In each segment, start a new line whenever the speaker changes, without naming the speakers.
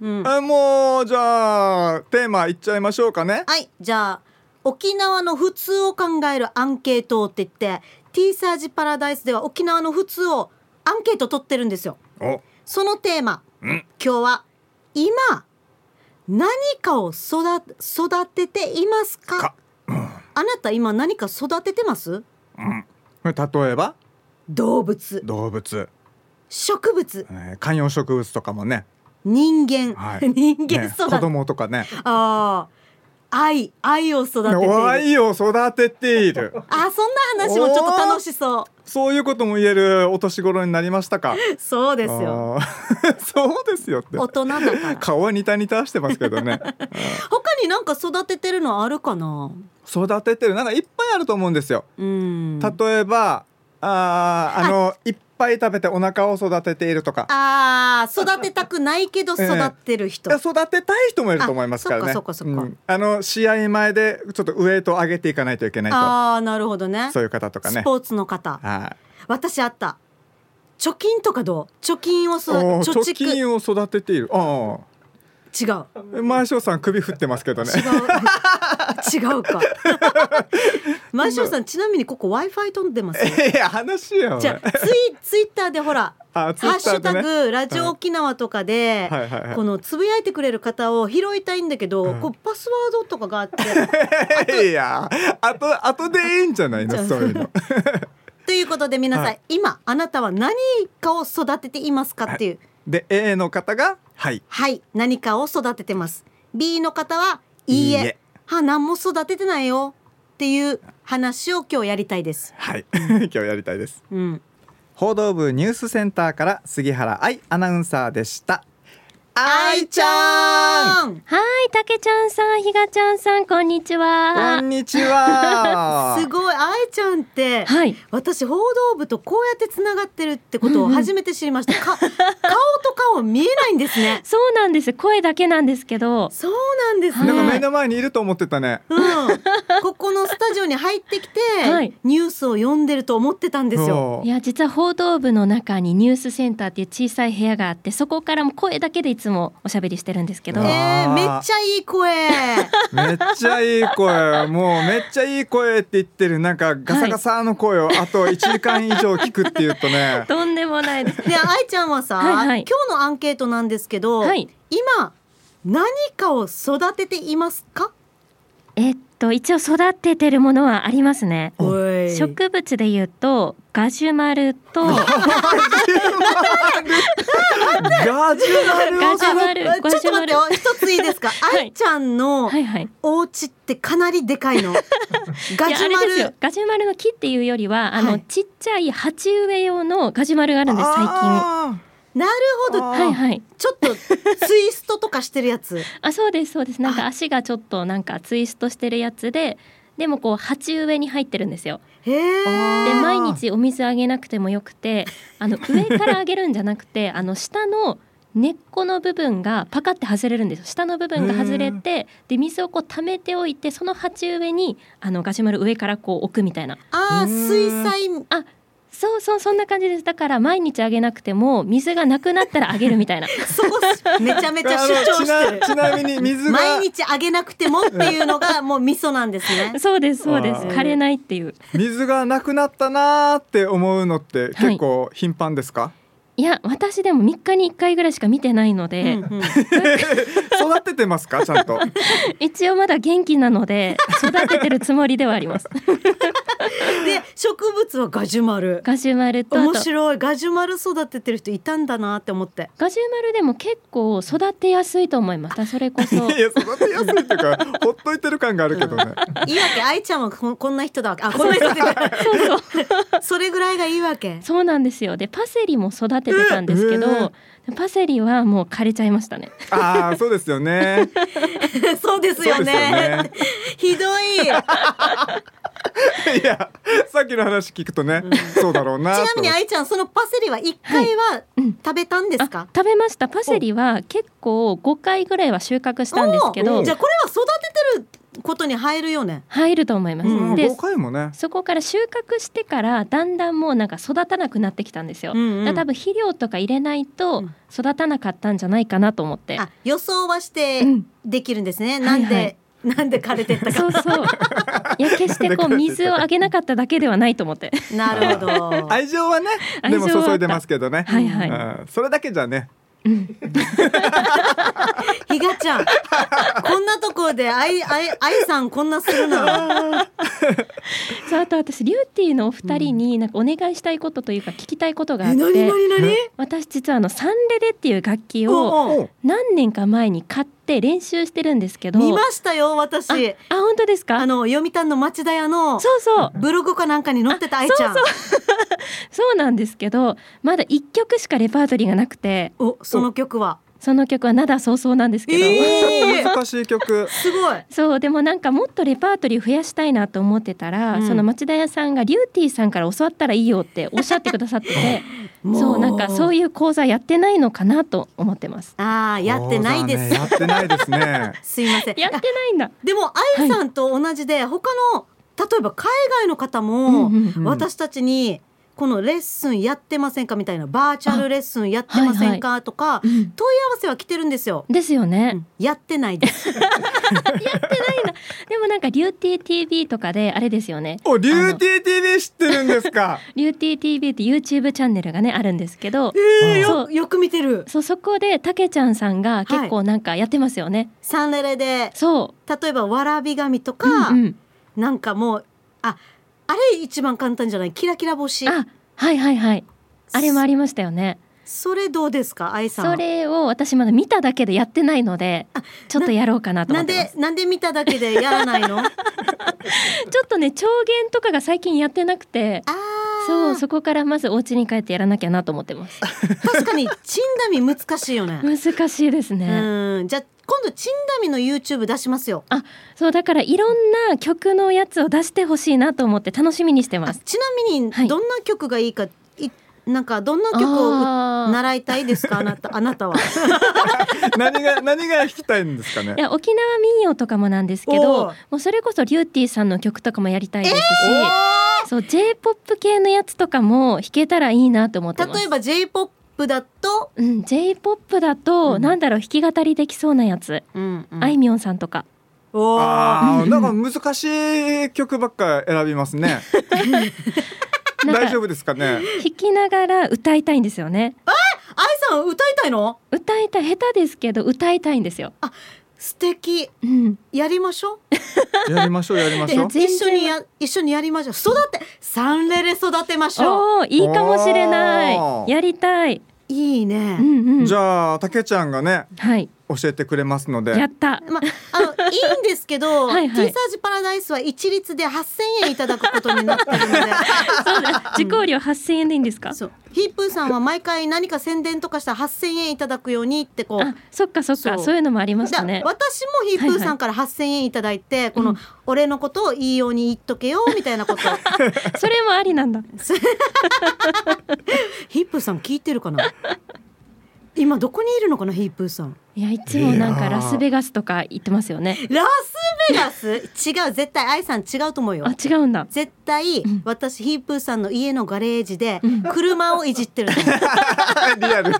うん、
えもうじゃあテーマいっちゃいましょうかね
はいじゃあ沖縄の普通を考えるアンケートって言ってティーサージパラダイスでは沖縄の普通をアンケート取ってるんですよ
お
そのテーマ
うん
今日は今何かを育て育てていますか
か
あなた今何か育ててます
うん例えば
動物
動物、
植物
えー観葉植物とかもね
人間、
はい
人間
ね
育
子
て、
供とかね
ああ愛愛を育てている
愛を育てている
あそんな話もちょっと楽しそう
そういうことも言えるお年頃になりましたか
そうです
あ
よ
ー そうですよって
大人だから
顔はニタニタしてますけど ね
他になんか育ててるのあるかな
育ててるなんかいっぱいあると思うんですよ
うん
例えばあーあのいっぱい食べてお腹を育てているとか
あー育てたくないけど育ってる人、
いや育てたい人もいると思いますからね
あそっかそっかそっか
うんあの試合前でちょっとウエイトを上げていかないといけないと
ああなるほどね
そういう方とか
ス
ね
ポーツの方
はい
私あった貯金とかどう貯金を育
おー
貯
貯
蓄違う
金を育てているあ
違う
あ前翔さん首振ってますけど ね
違うかマンションさんちなみにここ w i f i 飛んでますよ
いや話よ
じゃ あツイツイッターでほら
あツイ
ハッ
ッ
シ
タ
ュ
ーで
タ
ね
グラジオ沖縄とかで、
はいはいはい
このつぶやいてくれる方を拾いたいんだけど、
うん
こうパスワードとかがあっ て
いやあとあとでいいんじゃないの
じゃあ
そういうの
ということで皆さん、
はい
今あなたは何かを育てていますかっていう
で A の方がはい
はい、何かを育ててます B の方はいいえ
いいえ
は何も育ててないよっていう話を今日やりたいです
はい 今日やりたいです
うん
報道部ニュースセンターから杉原愛アナウンサーでした愛ちゃん
ん
はい、たけちゃんさん、ひがちゃんさん、こんにち
こ
は。
んにちは
すごいあいちゃんって
はい。
私報道部とこうやってつながってるってことを初めて知りました、か顔と顔見えないんです ね
そうなんです。声だけなんですけど。
そうなんですね、
なんか
は
目
い
の前にいると思ってたね
うん、ここのスタジオに入ってきて、
はい
ニュースを読んでると思ってたんですよ
そう
いや、実は報道部の中にニュースセンターっていう小さい部屋があって、そこからも声だけでいつもおしゃべりしてるんですけど。
う
え
わ
ー、
は
あー
めっちゃいい声
めっちゃいい声もうめっちゃいい声って言ってるなんかガサガサの声をあと1時間以上聞くっていうとね
いとんでもないです。
で愛ちゃんはさ、
はいはい
今日のアンケートなんですけど、
はい
今何かを育てていますか
えっと、一応育ててるものはありますね。
お
おい
植物で言うと、ガジュマル と、
ガジュマル
ガジュマル
あちょっと待ってよ一ついいですか、
い
愛ちゃんの
はいはい。
お家ってかなりでか いのガジュマ
いやあれですよ
ル
ガジュマルの木っていうよりは、あの、
はい
ちっちゃい鉢植え用のガジュマルがあるんです、最近。
あ
なるほど
あー
はいはい。
ちょっとツイストとかしてるやつ
あそうですそうですなんか足がちょっとなんかツイストしてるやつででもこう鉢植えに入ってるんですよ
へえ
あ
で
ー
毎日お水あげなくてもよくてあの上からあげるんじゃなくて あの下の根っこの部分がパカって外れるんですよ下の部分が外れてで水をこう溜めておいてその鉢植えにあのガジュマル上からこう置くみたいな
あ
うー
ー
ん
水彩
そうそうそんな感じですだから毎日あげなくても水がなくなったらあげるみたいな
そこ めちゃめちゃ
あ
主張して
のち
る
なちなみに水が
毎日あげなくてもっていうの がもう味噌なんですね
そうですそうです
あ
ー
枯れないっていう
水がなくなったなーって思うのって結構頻繁ですか、
いや私でも3日に1回ぐらいしか見てないの
う
で、
んうん
育ててますかちゃんと
一応まだ元気なの で育ててるつもりではあります。
で植物はガジュマル
ガジュマルとあ
面
と
白いガジュマル育ててる人いたんだなって思って
ガジュマルでも結構育てやすいと思います。だそれこ
い
そ
や育てやすいっていうかほっといてる感があるけどね、
いいわけ愛ちゃんはこんこんな人だわけあこんな人だわけ
そうそ う
それぐらいがいいわけ
そうなんですよ。でパセリも育ててたんですけど、
えー
パセリはもう枯れちゃいましたね。
ああそうですよね
そうですよねひどいちない
やさっきの話聞くとね、そうだろうなと
みに愛ちゃんそのパセリは一回は食べたんです
あ
か、
食べました。パセリは結構5回ぐらいは収穫したんですけ
お
ど
ーじ、ゃあこれは育ててることに入るよね。
入ると思います。
うん
で
5回もね
そこから収穫してからだんだんもうなんか育たなくなってきたんですよ。
うんうん
だから多分肥料とか入れないうと
ん
育たなかったんじゃないかなと思って。
あ予想はして
うん
できるんですね。
い
な
はい
んで、なんで枯れてった
そ
か。
うそう。いや決してこう水をあげなかっただけではないと思って。
なるほど。
愛情はねでも
愛情はあった
注いでますけどね、
はいはい
うんそれだけじゃね
うん
ひがちゃん、こんなところで愛愛愛さんこんなするな。
そうあと私リューティーのお二人になんかお願いしたいことというか聞きたいことがあ
え、
っ
なに
て
な。になに？
私実はあのサンレレっていう楽器を
おうおう
何年か前に買って練習してるんですけど。
見ましたよ私。
あ本当ですか。
あの読谷の町田屋の
そうそう
ブログかなんかに載ってた愛ちゃん。
そうなんですけどまだ1曲しかレパートリーがなくて
お、その曲は。
その曲は「なだそうそう」なんですけど、
えー
難しい曲
すごい。
そうでもなんかもっとレパートリー増やしたいなと思ってた
う
ら、
ん
その町田屋さんがリューティーさんから教わったらいいよっておっしゃってくださって てそうなんかそう
いう。
いう講座やってないのかなと思ってます。
ああ、やってないです。
そうだねやってないですね
すいません。
やってないんだ。
でも愛さんと同じで他の例えば海外の方
うん
も
うん
うん
私たちにこのレッスンやってませんかみたいなバーチャルレッスンやってませんかとか
うん
問い合わせは来てるんですよ。
ですよね、
うんやってないです。
でもなんかリューティー TV とかであれですよね
おリューティー TV 知ってるんですか
リューティー TV って YouTube チャンネルがねあるんですけど
えー
そ
よ
う
よく見てる。
そうそこでたけちゃんさんが結構なんかやってますよね、
サンレレで
そ
例えばわらび紙と
う、
か、
うんうん
なんかもうああれ一番簡単じゃないキラキラ星。
あはいはいはいあれもありましたよね
それどうですか愛さんは。
それを私まだ見ただけでやってないのでちょっとやろうかなと
な
思っ
ん
てま
ですなんで見ただけでやら ないの？あ
ちょっとね調弦とかが最近やってなくて
あ。
そうそこからまずお家に帰ってやらなきゃなと思ってます
確かにチンダミ難しいよね。
難しいですね、
うん、じゃあ今度チンダミの YouTube 出しますよ。
そうだからいろんな曲のやつを出してほしいなと思って楽しみにしてま
あ
す
ちなみに
はい
どんな曲がいいか、いなんかどんな曲を
あー
習いたいですかあな たあなたは。
何が何が弾きたいんですかね
いや沖縄民謡とかもなんですけ
お
ど
う
もうそれこそリューティーさんの曲とかもやりたいですし、
お
そう J-POP 系のやつとかも弾けたらいいなと思ってま
ー
す
例えば J-POP だと、
うん J-POP だと、
うん
なんだろう弾き語りできそうなやつ、
うんうん
あいみょんさんとか
おー
あ
う
ー
ん
なんか難しい曲ばっか選びますね
なん
大丈
か
夫ですかね
弾きながら歌いたいんですよね
愛さん歌いたいの？
歌いたい下手ですけど歌いたいんですよ、
素敵
うん、
やりましょう。
やりましょうやりましょう
全然
一緒にや一緒にやりましょう。育てサンレレ育てましょう。
おーいいかもしれな
おー
いやりたい、
いいうね。
んうん、
じゃあたけちゃんがね
はい
教えてくれますので
やった
まあ、あのいいんですけど、
はいはい
T サージパラダイスは一律で8000円いただくことになってるので、
そうだ受講料8000円でいいんですか
そうヒープーさんは毎回何か宣伝とかしたら8000円いただくようにってこう。
あそっかそっか
そう
そういうのもありまし
だ
た
私
ね
もヒープーさんから8,000円いただいて、こ
う
の
ん
俺のことをいいように言っとけよみたいな こと
それもありなんだ
ヒープーさん聞いてるかな今どこにいるのかなヒープーさん
いやいつもなん
いや
か
ー
ラスベガスとか行ってますよね
ラスベガス 違う絶対愛さん違うと思うよ
あ違うんだ
絶対
ん
私ヒープーさんの家のガレージで
うん
車をいじってると思う
リアル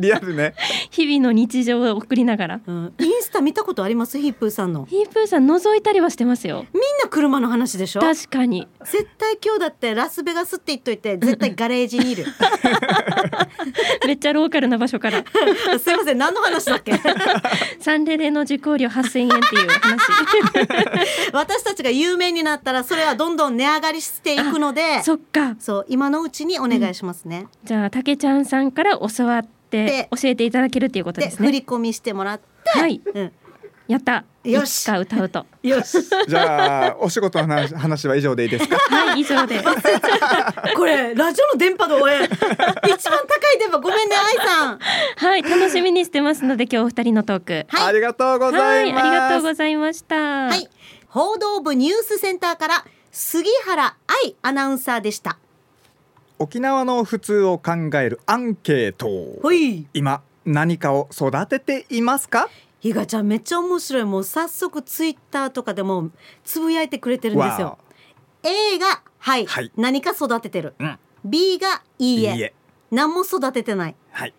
リアルね
日々の日常を送りながら
うん、インスタ見たことありますヒープーさんの
ヒープーさん覗いたりはしてますよ
みんな車の話でしょ
確かに
絶対今日だってラスベガスって言っといて絶対ガレージにい る
めっちゃローカルな場所から
すいません何の話だっけ
サンレレの受講料8000円っていう 話
私たちが有名になったらそれはどんどん値上がりしていくので
そっか
そう今のうちにお願いしますね、
じゃあたけちゃんさんから教わって
で
教えていただけるっていうこと
で
です
振
ね
り込みしてもらって、
はい
うん、
やった
よし
いつか歌うと
よし
じゃあお仕事の話話は以上でいいですか
はい以 上で
これラジオの電波の応 援一番高い電波ごめんね愛さん
はい楽しみにしてますので今日お二人のトーク
はい
ありがとうございます。
はい、ありがとうございました。は
はい、報道部ニュースセンターから杉原愛アナウンサーでした
沖縄の普通を考えるアンケート。
ほい
今何かを育てていますか？
ひがちゃんめっちゃ面白いもう早速ツイッターとかでもつぶやいてくれてるんですよ
わ
A がはい、
はい
何か育ててる、
うん
B が
お
いいえ
いいえ
何も育ててない
はい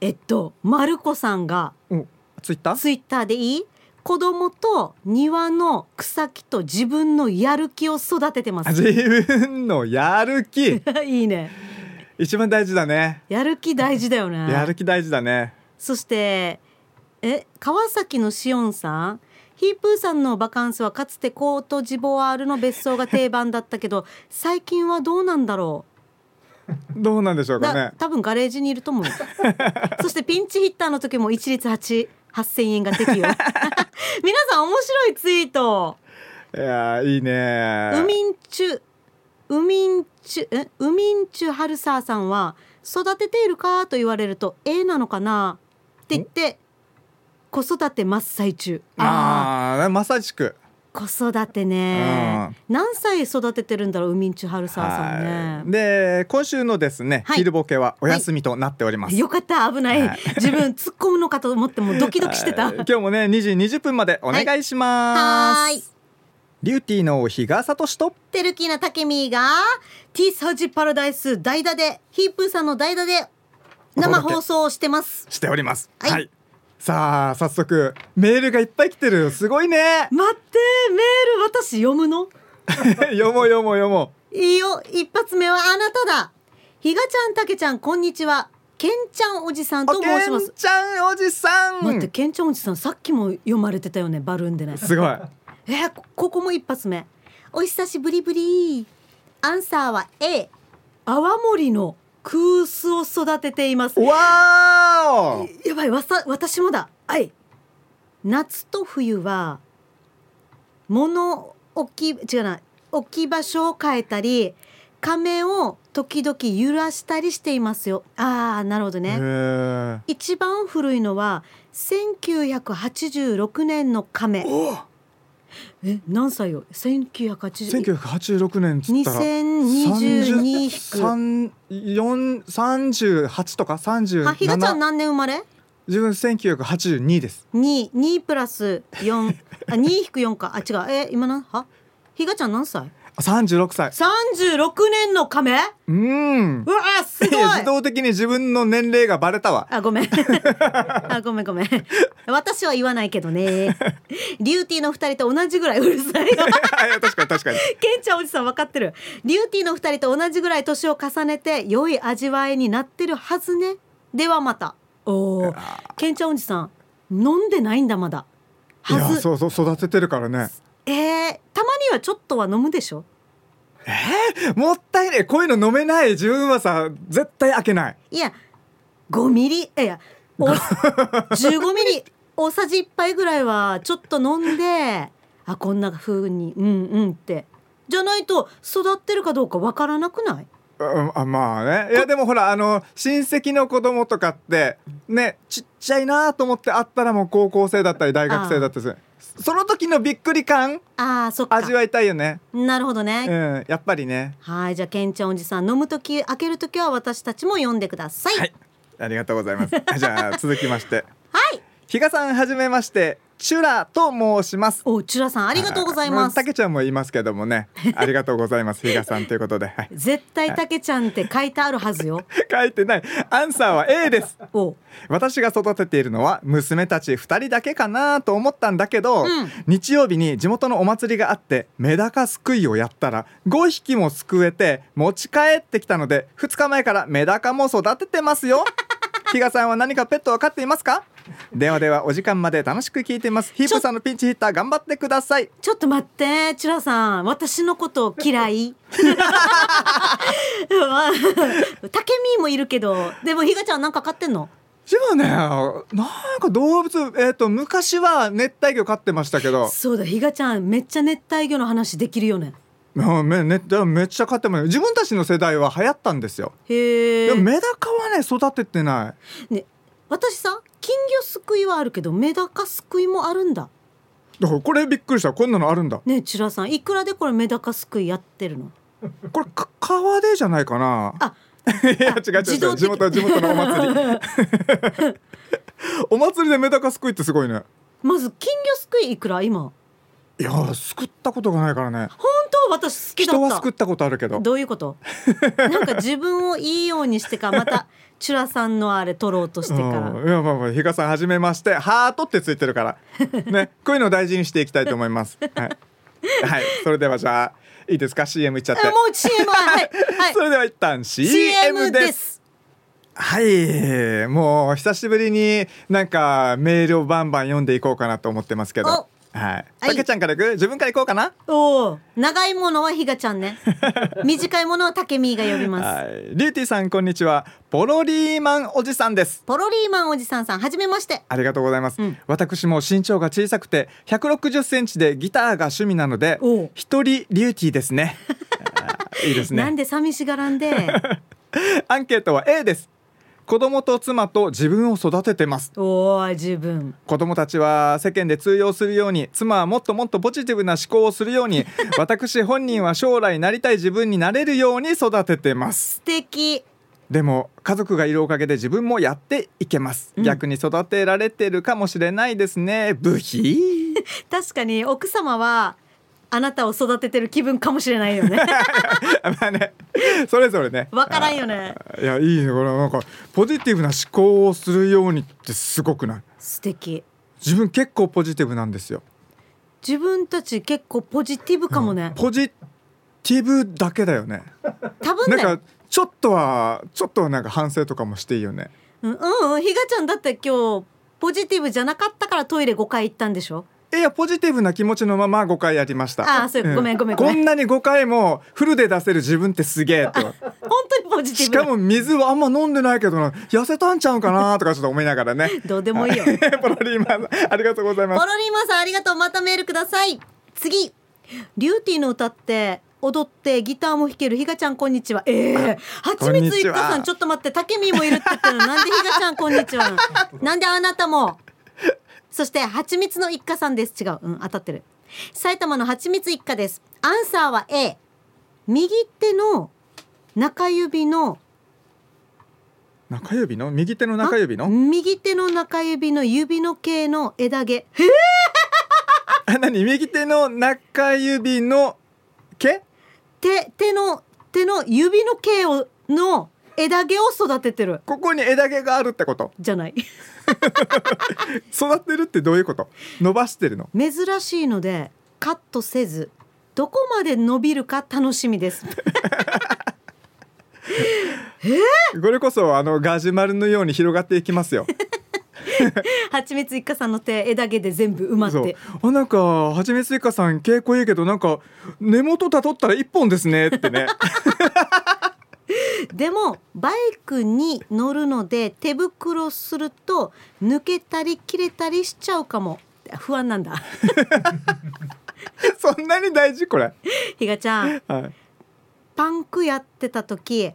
えっとまるこさんが
おツイッター
ツイッターでいい子供と庭の草木と自分のやる気を育ててま
あ
す
自分のやる気
いいね
一番大事だね
やる気大事だよね
やる気大事だね
そしてえ川崎のしおんさんヒープーさんのバカンスはかつてコートジボワールの別荘が定番だったけ ど最近はどうなんだろ
どうなんでしょ
う
うか
だ
ね
多分ガレージにいると 思うよそしてピンチヒッターの時も一律8 8000円が適用 皆さん面白いツイート
いやーいいね
ウミンチュウミンチュえウミンチュハルサーさんは育てているかと言われると A なのかなって言って子育て真っ最中あ
ああまさしく
ー子育てね、何歳育ててるんだろうウミンチュハルサーさ
は
ん
い
ね
で今週のですね、
はい
昼ボケはお休みとなっております、
よかった危ない、
はい
自分突っ込むのかと思ってもうドキドキしてた
はい今日もね2時20分までお願いします、
はーい
リューティーの日賀聡と
テルキーナタケミーが T サージパラダイス代打でヒープーさんの代打で生放送をしてます
しております
はい
さあ早速メールがいっぱい来てるすごい ね
待ってメール私読むの
読もう読もう読も
いいよ一発目はあなただひがちゃんたけちゃんこんにちはけんちゃんおじさん
う
と申しま
おけん
す
ちゃんおじさ
待って
ん
けんちゃんおじさんさっきも読まれてたよねバルーンでね
すごい
えーこここも一発目お久しぶりぶりアンサーは A 泡盛の空須を育てています
わー
やばいわさ私もだはい夏と冬は物置き違うな置き場所を変えたり亀を時々揺らしたりしていますよあーなるほど
お
ね、
へー
一番古いのは1986年の亀
おー
え何歳よ1980
1986年っつったら
2022引く
三四三十八とか三十
あひがちゃん
七
何年生まれ
自分千九百八十二です。
2二プラス4あ2引く4かあ違うえ今なはひがちゃん何歳
三十六歳。
三十六年の亀
うーん
う。わすごい
自動的に自分の年齢がバレたわ。
あごめんあごめんごめん私は言わないけどねリューティーの二人と同じぐらいうるさい
いや確かに確かに。
ケンちゃんおじさん分かってるリューティーの二人と同じぐらい年を重ねて良い味わいになってるはずねではまたおおケンちゃんおじさん飲んでないんだまだ
い
は
や
ず
そうそう育ててるからね。
えー、たまにはちょっとは飲むでしょ
もったいねえこういうの飲めない自分はさ絶対開けない。
いや5ミリいやいやお 15ミリ大さじ1杯ぐらいはちょっと飲んであこんな風にうんうんってじゃないと育ってるかどうかわからなくない
うんあまあねいやでもほらあの親戚の子供とかってねちっちゃいなと思って会ったらもう高校生だったり大学生だったりするその時のびっくり感
あーそっか
味わいたいよね
なるほどね、
うんやっぱりね
はいじゃあけんちゃんおじさん飲む時開ける時は私たちも読んでください
はいありがとうござい ますじゃあ続きまして比嘉さんはじめましてチュラと申します
おちゅらさんありがとうございま
ん
す
たけちゃんも言いますけどもねありがとうござい ます比嘉さんということで、はい、
絶対たけちゃんって書いてあるはず よ
書いてないアンサーは A です
お
私が育てているのは娘たち2人だけかなと思ったんだけど、
うん
日曜日に地元のお祭りがあってメダカすくいをやったら5匹もすくえて持ち帰ってきたので2日前からメダカも育ててます よ比嘉さんは何かペットを飼っていますかではではお時間まで楽しく聞いていますヒープさんのピンチヒッター頑張ってください
ちょっと待って、チュラさん、私のこと嫌い。 まあタケミーもいるけど、でもひがちゃんなんか飼ってんの。
でもねなんか動物えっ、と昔は熱帯魚飼ってましたけ ど
そうだ、ひがちゃん、めっちゃ熱帯魚の話できるよね。
うんめ熱帯魚めっちゃ飼ってます自分たちの世代は流行ったんですよ
へ
でも
え。
メダカはね育ててな
ね、私さ、金魚すくいはあるけど、メダカすくいもあるんだ。
いだからこれびっくりしたこんなのあるんだ
ねえ、チュラさん、いくらでこれメダカすくいやってるの。
これか川でじゃないかな
あ、
いや違う違う
自動
違う
的
地元地元のお祭り お祭りでメダカすくいってすごいね
まず金魚すくいいくら今
いやーすくったことがないからね
本当私好きだった
人はすくったことあるけど
どういうことなんか自分をいいようにしてかまたチュラさんのあれ取ろうとしてから、
うんいやまあまあ比嘉さんはじめましてハートってついてる からねこういうのを大事にしていきたいと思いますはい、はい、それではじゃあいいですか CM いっちゃって、
あもう CM ははい、は い
そ、れでは一旦 CM です
す
はいもう久しぶりになんかメールをバンバン読んでいこうかなと思ってますけど
お
はい
はい
たけちゃんからいく自分からいこうかな
おお長いものはひがちゃんね短いものはたけみーが呼びます
はいリューティさんこんにちはポロリーマンおじさんです
ポロリーマンおじさんさんはじめまして
ありがとうございます、
うん
私も身長が小さくて160センチでギターが趣味なので
おう
一人リューティーです ねあーいいです
なん
ね
で寂しがらん で
アンケートは A です子供と妻と自分を育ててます
おお自分
子供たちは世間で通用するように妻はもっともっとポジティブな思考をするよう に私本人は将来なりたい自分になれるように育ててます
素敵
でも家族がいるおかげで自分もやっていけます、
うん
逆に育てられてるかもしれないですねブヒー
確かに奥様はあなたを育ててる気分かもしれないよ ね
まあね、それぞれね。
わからんよね
あー。いや、いいね、これ、なんか、ポジティブな思考をするようにって、すごくない。
素敵
自分結構ポジティブなんですよ。
自分たち結構ポジティブかもね、
ポジティブだけだよね。
多分
な
ね
んか、ちょっとは、ちょっとはなんか反省とかもしていいよね。
うんうんうんひがちゃんだって今日ポジティブじゃなかったからトイレ5回行ったんでしょ
いや、ポジティブな気持ちのまま、5回やりました。
あーそうごめんごめんごめ
こ
ん
んなに5回も、フルで出せる自分ってすげえと。
本当にポジティ
し
ブだ
かも水はあんま飲んでないけどな痩せたんちゃうかなとかちょっと思いながらね
どうでもいいよ
ポロリーマンありがとうございます
ポロリーマンさんありがとうまたメールください次リューティーの歌って踊ってギターも弾けるひがちゃんこんにちは ええー、はちみつい
こんに
っかさ
ちは
んちょっと待ってたけみーもいるって言って るのなんでひがちゃんこんにちはなんであなたもそしてはちみつの一家さんです違ううん当たってる埼玉のはちみつ一家ですアンサーは A 右手の中指の
中指の右手の中指の
右手の中指の指の毛の枝毛
あ何右手の中指の毛
手手の手の指の毛をの枝毛を育ててる
ここに枝毛があるってこと
じゃない
育てるってどういうこと伸ばしてるの
珍しいのでカットせずどこまで伸びるか楽しみです
これこそあのガジュマルのように広がっていきますよ
はちみつ一家さんの手枝毛で全部埋まっ
そう
て
あなんかはちみついかさん稽古いいけどなんか根元たどったら一本ですねって ね
でもバイクに乗るので手袋すると抜けたり切れたりしちゃうかも不安なん だ
そんなに大事これ、
ひがちゃん
はい、
パンクやってた時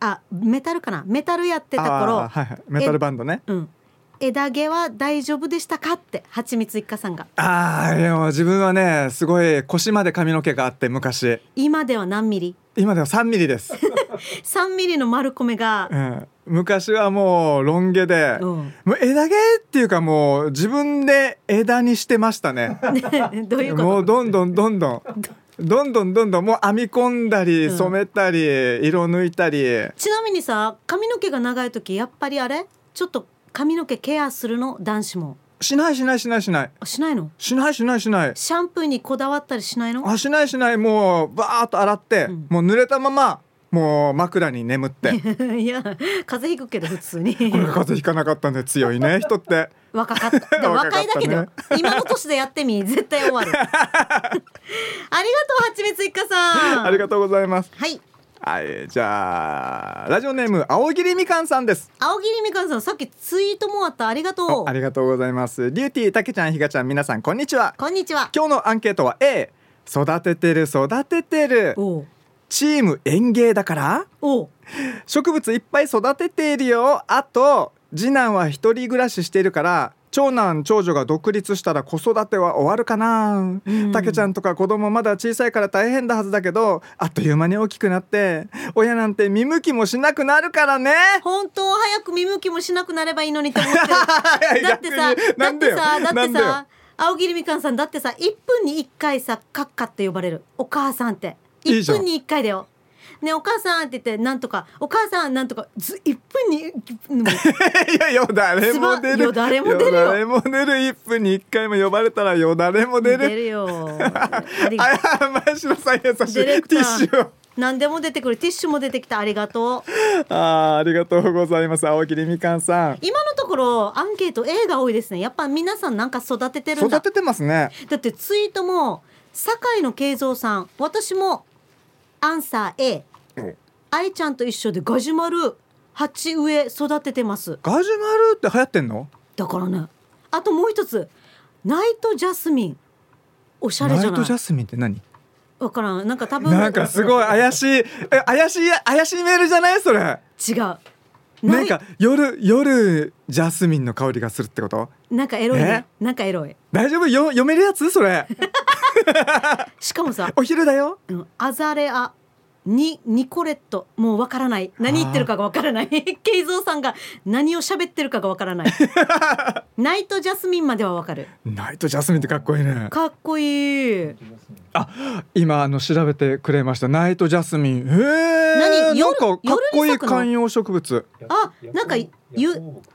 あメタルかなメタルやってた
あ
頃
ーはいはい、メタルバンドね
うん、枝毛は大丈夫でしたかってはちみつ一家さんが
ああいや自分はねすごい腰まで髪の毛があって昔
今では何ミリ
今では3ミリ です
3ミリの丸米が
うん昔はもうロン毛で、
うん
もう枝毛っていうかもう自分で枝にしてましたね
どういうこ
もうどんどんどんどんどんどんどんどんもう編み込んだり
うん
染めたり、色抜いたり
とちなみにさ髪の毛が長い時やっぱりあれちょっと髪の毛ケアするの男子も
しないしないしないしない
あしないの
しないしないしない
シャンプーにこだわったりしないの
あしないしないもうバーッと洗って、
うん
もう濡れたままもう枕に眠って
いや風邪ひくけど普通に
これが風邪ひかなかったんで強いね人って。
若かったでも
若かった
若
ね
いだけだよ今の年でやってみ絶対終 わるありがとうはちみつ一家さん
ありがとうございます。
はい
はい、じゃあラジオネーム青桐みかんさんです。
青桐みかんさんさっきツイートもあったありがとう
おありがとうございます。リューティーたけちゃんひがちゃん皆さんこんにちは。
こんにちは
今日のアンケートは A 育ててる育ててる
おう
チーム園芸だから
おう
植物いっぱい育てているよあと次男は一人暮らししているから長男長女が独立したら子育ては終わるかなたけ、ちゃんとか子供まだ小さいから大変だはずだけどあっという間に大きくなって親なんて見向きもしなくなるからね
本当は早く見向きもしなくなればいいのにって思ってる だってさ
逆に
だ
な
っ
ん
て
でよ
さだ
な
って
んでよ
さ青桐みかんさんだってさ1分に1回さカッカって呼ばれるお母さんって
いいじ
1
ゃん
分に1回だよねお母さんって言ってなんとかお母さんなんとかず1 分にもう
いやよだれも出る
よだれも出るよ
よだれも出る一分に一回も呼ばれたらよだれも出
出
る
るよありが と
あ前島さん優しい
ディレクタ
ティッシ
ー
ュを
う何でも出てくるティッシュも出てきたありがとう
あーありがとうございます青桐みかんさん
今のところアンケート A が多いですねやっぱ皆さんなんか育ててるんだ
育ててますね
だってツイートも酒井の慶三さん私もアンサー A 愛ちゃんと一緒でガジュマル鉢植え育ててます
ガジュマルって流行ってんの
だからねあともう一つナイトジャスミンおしゃれ
ナ
じゃ
イ
な
ト
い
ジャスミンって何
わからんなんか多分
なんかすごい怪しいえ怪しい怪しいメールじゃないそれ
違うな
なん
い
か夜夜ジャスミンの香りがするってこと
なんかエロいね
え
なんかエロい
大丈夫よ読めるやつそ れ
しかもさ
お昼だよ
うんアザレアにニコレットもうわからない何言ってるかがわからない 慶三さんが何を喋ってるかが わからないナイトジャスミンまではわかる
ナイトジャスミンってかっこいいね
かっこいい
今あの調べてくれましたナイトジャスミンへえ
何
なん
夜
かかっこい
夜に咲
い
くの
観葉植物
あなんかゆ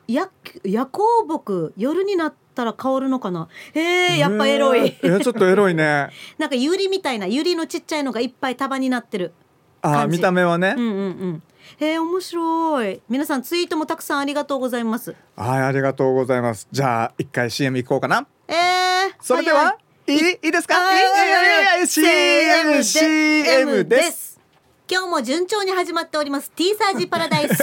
や夜光木夜になったら香るのかなへえやっぱエロ
へ
い
えいやちょっとエロい ね
なんかユリみたいなユリのちっちゃいのがいっぱい束になってる
あー
感じ
見た目はね、
うんうんうんへえ面白い皆さんツイートもたくさんありがとうございます
はいありがとうございますじゃあ一回 CM 行こうかな
えー、
それでは、
いい
いい、いいですか
あ
いいいやいやいや CM
ー
CM です
す今日も順調に始まっております T サージパラダ イス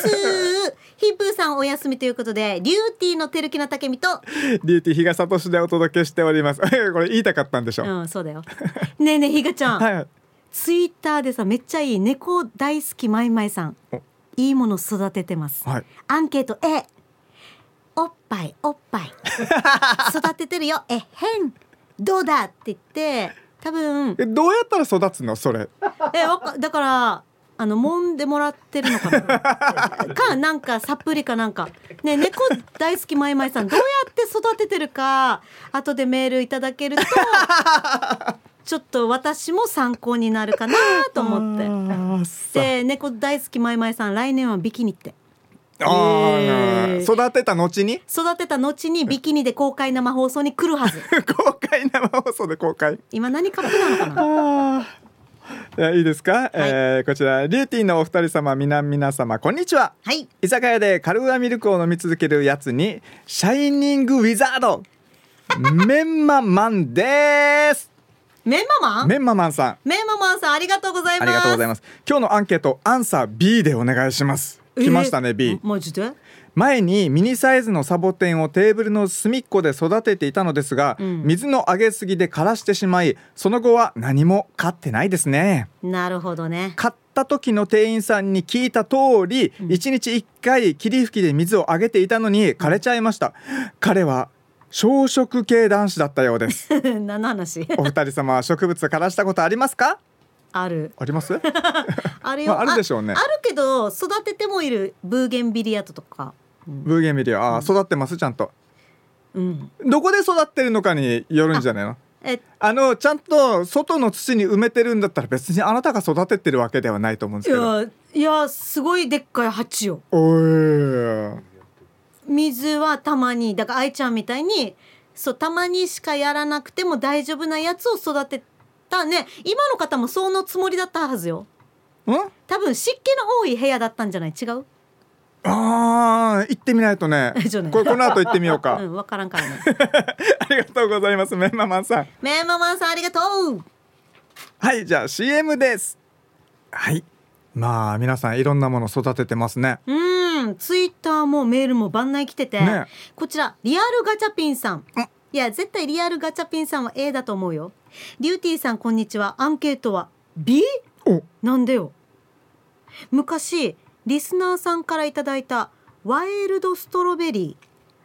ヒップーさんお休みということでリューティーのてるきなたけみと
リューティー日賀しでお届けしております これ言いたかったんでしょ、
うんそうだよねえねえひがちゃん、
はい
ツイッターでさめっちゃいい猫大好きまいまいさん
お
いいもの育ててます
はい
アンケート A おっぱいおっぱ い育ててるよえへんどうだって言って多分
えどうやったら育つのそれ
えわかだからあの揉んでもらってるの かなかなんかサプリかなんかね猫大好きまいまいさんどうやって育ててるか後でメールいただけると ちょっと私も参考になるかなと思って
あーさ
で猫大好きまいまいさん来年はビキニって
あー
えー
育てた後に
育てた後にビキニで公開生放送に来るはず
公開生放送で公開
今何カップなのかな
あーいやいいですか、えーこちらリューティーのお二人様みな皆様こんにちは
はい
居酒屋でカルーアミルクを飲み続けるやつにシャイニングウィザードメンママンです
メンママン
メンママンさん
メンママンさんありがとうござい
あ
ます
りがとうございます今日のアンケートアンサー B でお願いします来ましたね、B
マジで
前にミニサイズのサボテンをテーブルの隅っこで育てていたのですが、
うん
水のあげすぎで枯らしてしまいその後は何も買ってないですね
なるほどね
買った時の店員さんに聞いた通り、
うん
1日1回霧吹きで水をあげていたのに枯れちゃいました彼は小食系男子だったようです
何の話
お二人様は植物枯らしたことありますか
ある
あります、
あるよ、
まあ、あるでしょうね
ああるけど育ててもいるブーゲンビリアトとかうん、
ブーゲンビリアあー育ってますちゃんと
うん
どこで育ってるのかによるんじゃないの
え
あのちゃんと外の土に埋めてるんだったら別にあなたが育ててるわけではないと思うんで
い
すけど
やいやすごいでっかい鉢よ
おー
水はたまにだから愛ちゃんみたいにそうたまにしかやらなくても大丈夫なやつを育てたね今の方もそのつもりだったはずよ
ん
多分湿気の多い部屋だったんじゃない違う
あー行ってみないとね
そうね
こ れこの後行ってみようか、
うん分からんからね
ありがとうございますメンママンさん
メンママンさんありがとう
はいじゃあ CM ですはいまあ皆さんいろんなもの育ててますね
うんツイッターもメールも番内来てて、
ね
こちらリアルガチャピンさんいや絶対リアルガチャピンさんは A だと思うよリューティーさんこんにちはアンケートは B?
お
なんでよ昔リスナーさんからいただいたワイルドストロベリ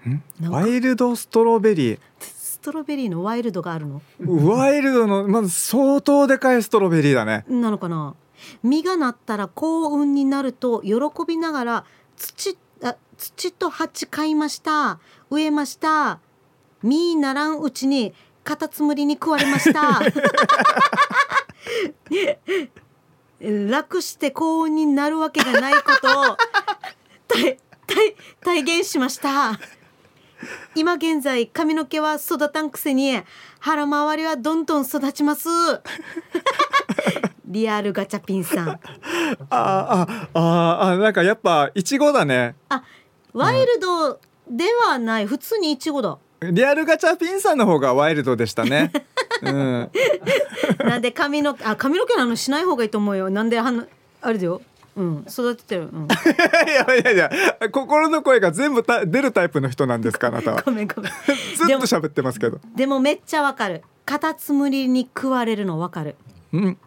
ーなんか
ワイルドストロベリー
ストロベリーのワイルドがあるの
ワイルドのまず相当でかいストロベリーだね
なのかな実がなったら幸運になると喜びながら土あ土と鉢買いました植えました実ならんうちにカタツムリに食われました 楽して幸運になるわけがないことを体体体現しました今現在髪の毛は育たんくせに腹回りはどんどん育ちますリアルガチャピンさん。
ああああなんかやっぱイチゴだね
あ、ワイルドではない、普通にイチ ゴだ。
リアルガチャピンさんの方がワイルドでした ねうん
なんで髪のあ髪の毛の話しない方がいいと思うよ。なんであのあれだよ。うん、育ててる。 うん、
いやいやいや心の声が全部た出るタイプの人なんですかあなたは
ごめんごめん。
ずっと
でも
喋ってます けど
でもめっちゃわかる。カタツムリに食われるのわかる。
うん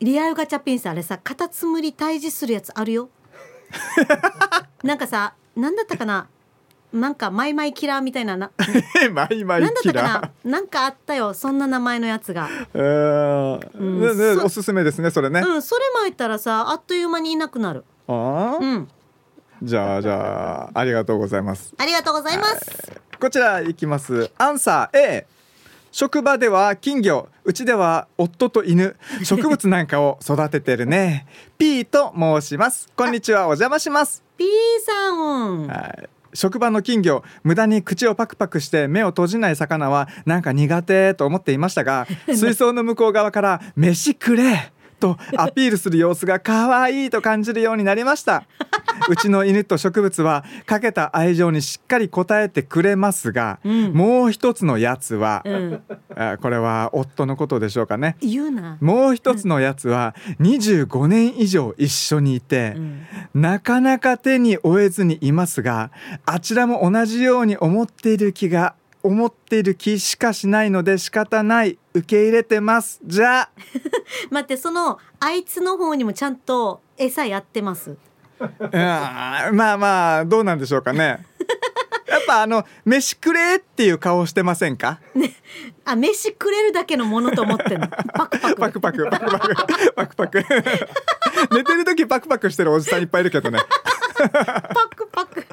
リアルガチャピンさんあれさカタツムリ退治するやつあ るよなんかさなんだったかななんかマイマイキラーみたいなな
マイマイ
なんだっ
キ
たかな
ラ
なんかあったよそんな名前のやつが
ーう
うん
んねね
そ
おすすめですねそれね、あ
うんそれ巻いたらさあっという間にいなくなる
あ
う
ー
ん
じゃあじゃあありがとうございます
ありがとうございます
こちらいきますアンサー A 職場では金魚うちでは夫と 犬植物なんかを育ててるね P と申しますこんにちはお邪魔します
P さん
はい職場の金魚無駄に口をパクパクして目を閉じない魚はなんか苦手と思っていました が水槽の向こう側から「飯くれ!」とアピールする様子が可愛いと感じるようになりましたうちの犬と植物はかけた愛情にしっかり応えてくれますが、
うん
もう一つのやつは、
うん
あこれは夫のことでしょうかね
言うな、
もう一つのやつは25年以上一緒にいて、
うん、
なかなか手に負えずにいますがあちらも同じように思っている気が思っている気しかしないので仕方ない受け入れてますじゃあ
待ってそのあいつの方にもちゃんと餌やってます
うーんまあまあどうなんでしょうかねやっぱあの飯くれっていう顔してませんか
あ飯くれるだけのものと思って んのパクパク
パクパクパクパクパクパク寝てる時パクパクしてるおじさんいっぱいいるけどね
パクパク。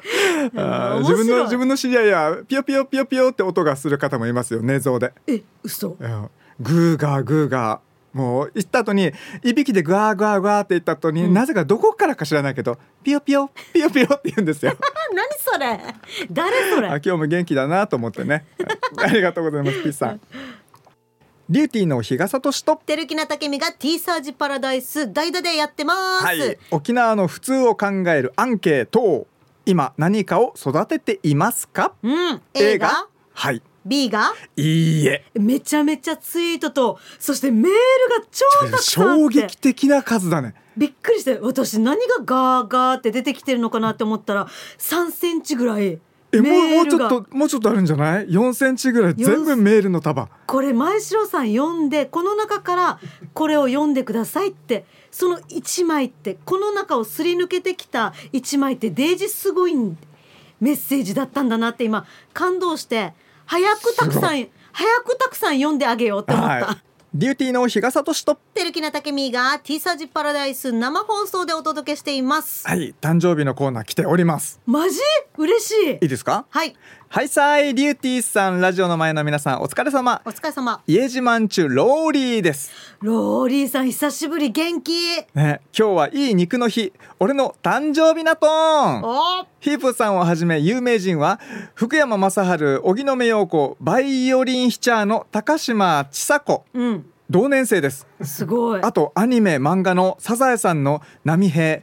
あー
面
自分
白い
の自分の知り合いやピヨピヨピヨピヨって音がする方もいますよ寝相で
え、嘘。
うんグーガーグーガーもう行った後にいびきでグワーグワーグワーって言った後に、なぜかどこからか知らないけどピヨピヨピヨピヨって言うんです よ
あ、何それ。誰そ
あ
れ。
今日も元気だなと思ってねありがとうございますピーさんリューティーの日傘としと
てるきなたけみがティーサージパラダイス代打でやってます。
はい沖縄の普通を考えるアンケート今何かを育てていますか
うん。A が
はい
B が
いいえ
めちゃめちゃツイートとそしてメールが超たくさんあって
衝撃的な数だね
びっくりして私何がガーガーって出てきてるのかなって思ったら3センチぐらい
えもう
メ
も
ー
うち
ル
ょっと
が
もうちょっとあるんじゃない4センチぐらい全部メールの束
これ前城さん読んでこの中からこれを読んでくださいってその1枚ってこの中をすり抜けてきた1枚ってデージすごいんメッセージだったんだなって今感動して早くたくさん早くたくさん読んであげようって思った。
はい。デューティーの日傘としと。
てるきなたけみが T サージパラダイス生放送でお届けしています。
はい、誕生日のコーナー来ております。
マジ嬉し
い
い
い。ですか。
はい、
はい、さい、デューティーさん、ラジオの前の皆さん、お疲れ様
お。疲れ様。
家自慢中ローリーです、
ローリーさん久しぶり元気。
ね、今日はいい肉の日俺の誕生日なとーん
おー
ヒープさんをはじめ有名人は福山雅治荻野目洋子バイオリンヒチャーの高島千佐子
うん、
同年生です
すごい。
あとアニメ漫画の「サザエさん」の波平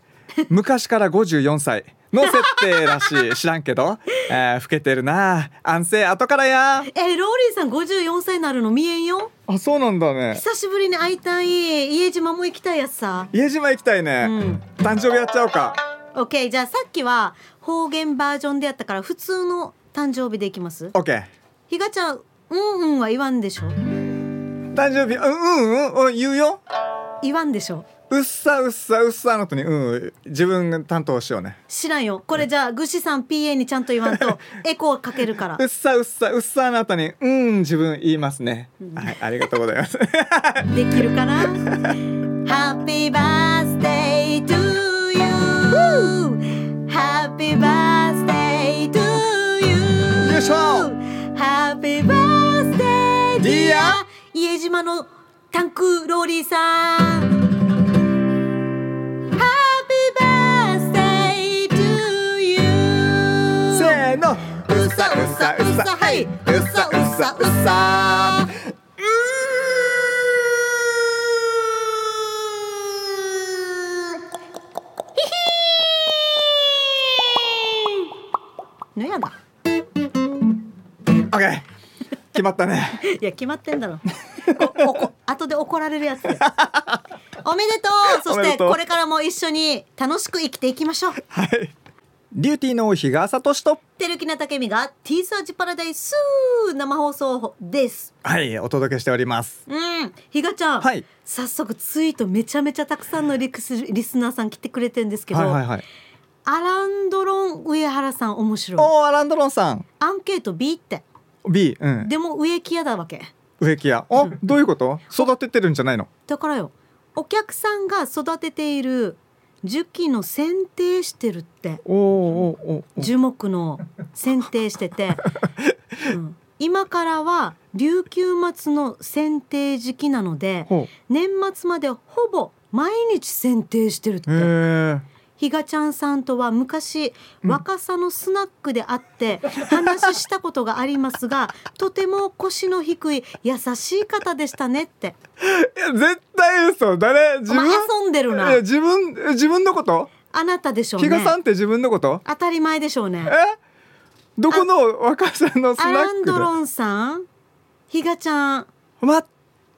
昔から54歳の設定らしい 知らんけど、えー、老けてるな安静後からや
えーローリーさん54歳になるの見えんよ
あそうなんだね
久しぶりに会いたい家島も行きたいやつさ
家島行きたいね、
うん
誕生日やっちゃおうか
OK じゃあさっきは方言バージョンでやったから普通の誕生日でいきます
OK
ひがちゃんうんうんは言わんでしょ
誕生日うんうんうんうん言うよ
言わんでしょ
うっさうっさうっさの後にうん自分が担当しようね
知らんよこれじゃあグシさん PA にちゃんと言わ んとエコーかけるから
うっさうっさうっさの後にうん自分言いますねはいありがとうござい ます
できる かな Happy birthday to you Happy birthday to you
よいしょ
Happy birthday
Dear
dear 家島のタンクローリーさん Happy birthday to you
せーのうっさうっさうっさはいうっさうっさうっさ
のやだ
オッケー決まったね
いや決まってんだろおおこ後で怒られるやつですおめでとうそ
お
し
めで
て
とう
これからも一緒に楽しく生きていきましょう
はいデューティーの日傘としと
てるきなたけみがティーサージパラダイス生放送です
はいお届けしております
うんひがちゃん、
はい
早速ツイートめちゃめちゃたくさんのリクスリスナーさん来てくれてんですけど、
はいはいはい
アランドロン上原さん面白い
おーアランドロンさん
アンケート B って
B うん
でも植木屋だわけ
植木屋あどういうこと育ててるんじゃないの
だからよお客さんが育てている樹木の剪定してるって
おーおーおーおー
樹木の剪定してて、 うん今からは琉球松の剪定時期なので
ほ
年末までほぼ毎日剪定してるっ
う
て、
へー
ひがちゃんさんとは昔若さのスナックで会って話したことがあります がとても腰の低い優しい方でしたねって
いや絶対嘘誰自
お前
分
遊んでる
い
な
や自分え自分のこと
あなたでしょう
比
ね
嘉さんって自分のこと
当たり前でしょうね
えどこの若さのスナ
アラン
ック
ドロンさんひがちゃん
で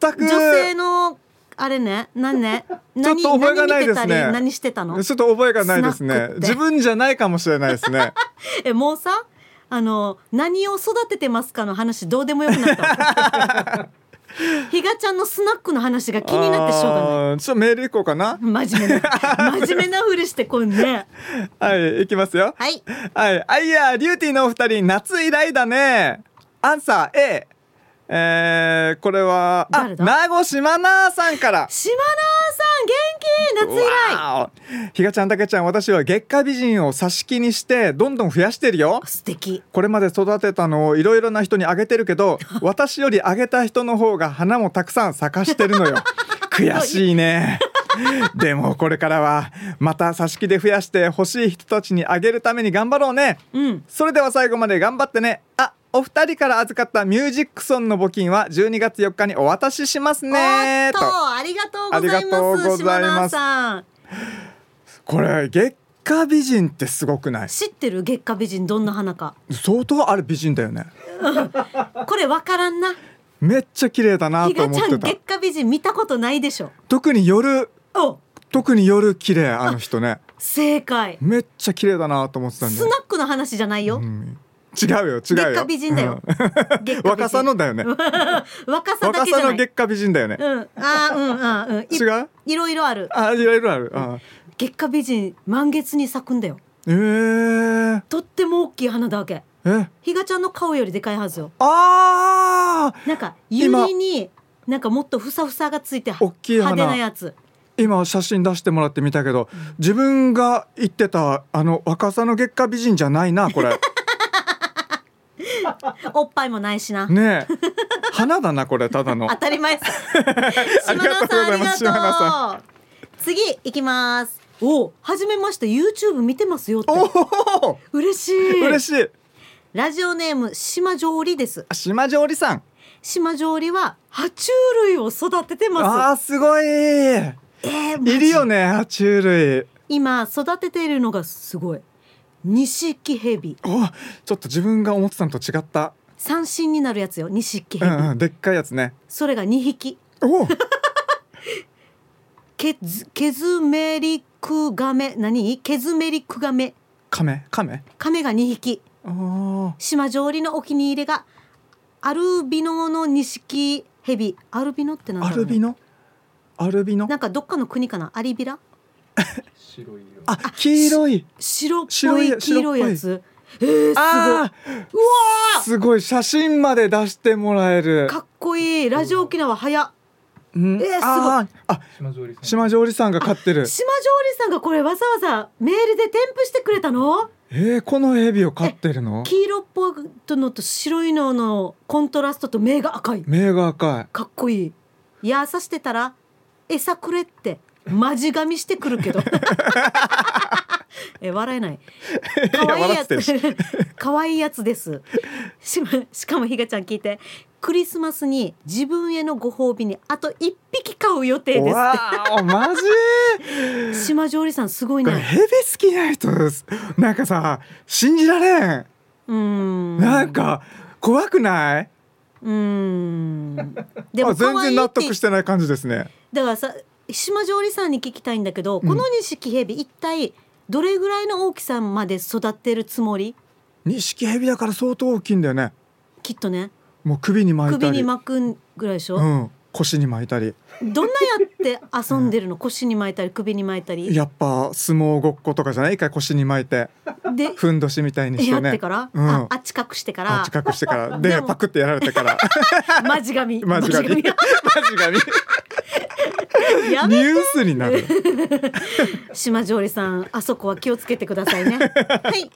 全く
女性のあれね何ね何
ちょっと覚えがないですね
何見てたり何してたの
ちょっと覚えがないです
スナッ
ね
クって
自分じゃないかもしれないですね
えもうさあの何を育ててますかの話どうでもよくなっ たわひがちゃんのスナックの話 が気になってしょうがない
あーちょっとメール行こうかな
真面目な真面目なふりしてこんね
はい行きますよ
はい
はい、あいやー、リューティーのお二人、夏以来だね。アンサー A。えー、これは、あ、
誰だ
名護島奈さんから。
島奈さん元気夏以来
わーおひがちゃん、たけちゃん、私は月下美人を差し木にして、どんどん増やしてるよ。
素敵
これまで育てたのをいろいろな人にあげてるけ ど、私よりあげた人の方が花もたくさん咲かしてるの よ。悔しいね。でもこれからはまた挿し木で増やして欲しい人たちにあげるために頑張ろうね。
うん
それでは最後まで頑張ってねあお二人から預かったミュージックソンの募金は12月4日にお渡ししますね
お
と
っとありがとうござい
ありがとう
ます
ございます
島奈さん
これ月下美人ってすごくない
知ってる月下美人どんな花か
相当あれ美人だよね
これわからんな
めっちゃ綺麗だな
ひ
と
が
思
ちゃ
って
ん
た
月下美人見たことないでしょ
特に夜
お
特に夜綺麗あの人 ね
正解
めっちゃ綺麗だなと思ってたんだ
ス
よ
ナックの話じゃないよ、
うん違うよ違うよ
月下美人だよ
うん
月下美人
若さのだよね
若さだ
若
けじゃ
さ
な
の
い
月下美人だよね
うんあーうんあーうんい
違う
いろいろある
あいろいろあるあ
月下美人満月に咲くんだよ
えー、
とっても大きい花だわけ
え
ひがちゃんの顔よりでかいはずよ
ああ
なんか
今
指になんかもっとふさふさがついて
大きい花
派手なやつ
今写真出してもらってみたけど自分が言ってたあの若さの月下美人じゃないなこれ
おっぱいもないしな、
ねえ花だなこれただの
当たり前です島
りがと
田
うござ
さん
います島田
ありがとう次行きますおうはじめまして YouTube 見てますよって
おお
嬉し い
嬉しい
ラジオネーム島上りです
あ島上織さん
島上りは爬虫類を育てて
あ
ま
ーすごい
すえーマジ
いるよね爬虫類
今育てているのがすごい錦蛇
おちょっと自分が思ってたのと違った
三振になるやつよ錦
う
蛇、
んうんでっかいやつね
それが2匹
お
ケズケズメリクガメ何ケズメリクガメ
カメカメ
カメが2匹
あー
島上りのお気に入りがアルビノの錦蛇アルビノってなんだ
ア
ろう、ね、
ルビノアルビノ
なんかどっかの国かなアリビラ
白い色
あ黄色い
白っぽ
白い
い黄色いやつえー、すごい
ああすごい写真まで出してもらえる
かっこいいラジオ沖縄早っ
うん
えーすごい
あーあ
島上りさん
島上里さんが飼ってる
島上里さんがこれわざわざメールで添付してくれたの
えー、このエビを飼ってるの
黄色っぽいのと白いののコントラストと目が赤い
目が赤い
かっこいいいやさしてたら餌くれってマジ噛みしてくるけどえ笑えない可愛いや
笑
つ 可愛いやつですしましかもひがちゃん聞いてクリスマスに自分へのご褒美にあと一匹買う予定
う
で
わーマジ
す島上里さんすごい
これ
ね
ヘビ好きな人ですなんかさ信じられん、
うーん
なんか怖くないう
ーんで
あ
も
全
可愛
然
い
納
って
得してない感じですね
だからさ島上里さんに聞きたいんだけど、この錦蛇一体どれぐらいの大きさまで育ってるつもり
錦蛇だから相当大きいんだよね
きっとね
もう首に巻い
首
た
に
り
巻くんぐらいでし
う
ょ、
ん腰に巻いたり
どんなやって遊んでるの腰に巻いたり首に巻いたり
やっぱ相撲ごっことかじゃない一回腰に巻いて
で
ふんどしみたいにして
や
ね
ってから、
うん、
あ
あ
あっち隠してか
あ
ら
近くしてから
で
で
も
パクってやられてから
マ ジ神
マジ髪マジ髪
や
ニ
め
ュースになる
島上里さんあそこは気をつけてくださいねはい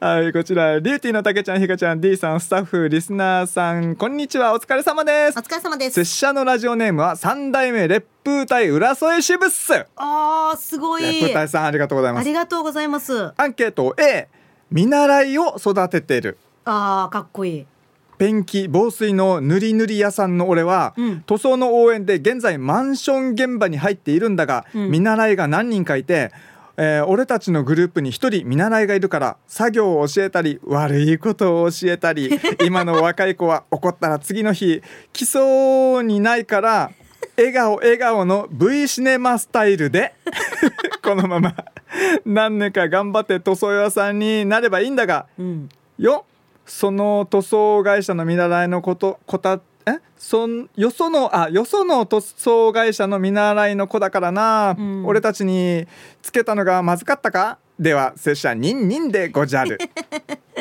はい、こちら、リューティーのたけちゃん、ひかちゃん、D さん、スタッフ、リスナーさん、こんにちは、お疲れ様で
お
す。
疲れ様です
拙者のラジオネームは、三代目、烈風隊、浦添支部っす。烈
あーすごい
風隊さん、ありがとうござい
あ
ます。
りがとうございます
アンケート A、見習いを育ててる。
あーかっこいい
ペンキ、防水の塗り塗り屋さんの俺は、
うん
塗装の応援で現在マンション現場に入っているんだが、
うん
見習いが何人かいて、えー俺たちのグループに一人見習いがいるから作業を教えたり悪いことを教えた り今の若い子は怒ったら次の日来そうにないから笑顔笑顔の V シネマスタイルで このまま何年か頑張って塗装屋さんになればいいんだが
うん
よその塗装会社の見習いのことこたえそんよそのあよその塗装会社の見習いの子だからな、
うん
俺たちにつけたのがまずかったかでは拙者ニンニンでごじ ゃる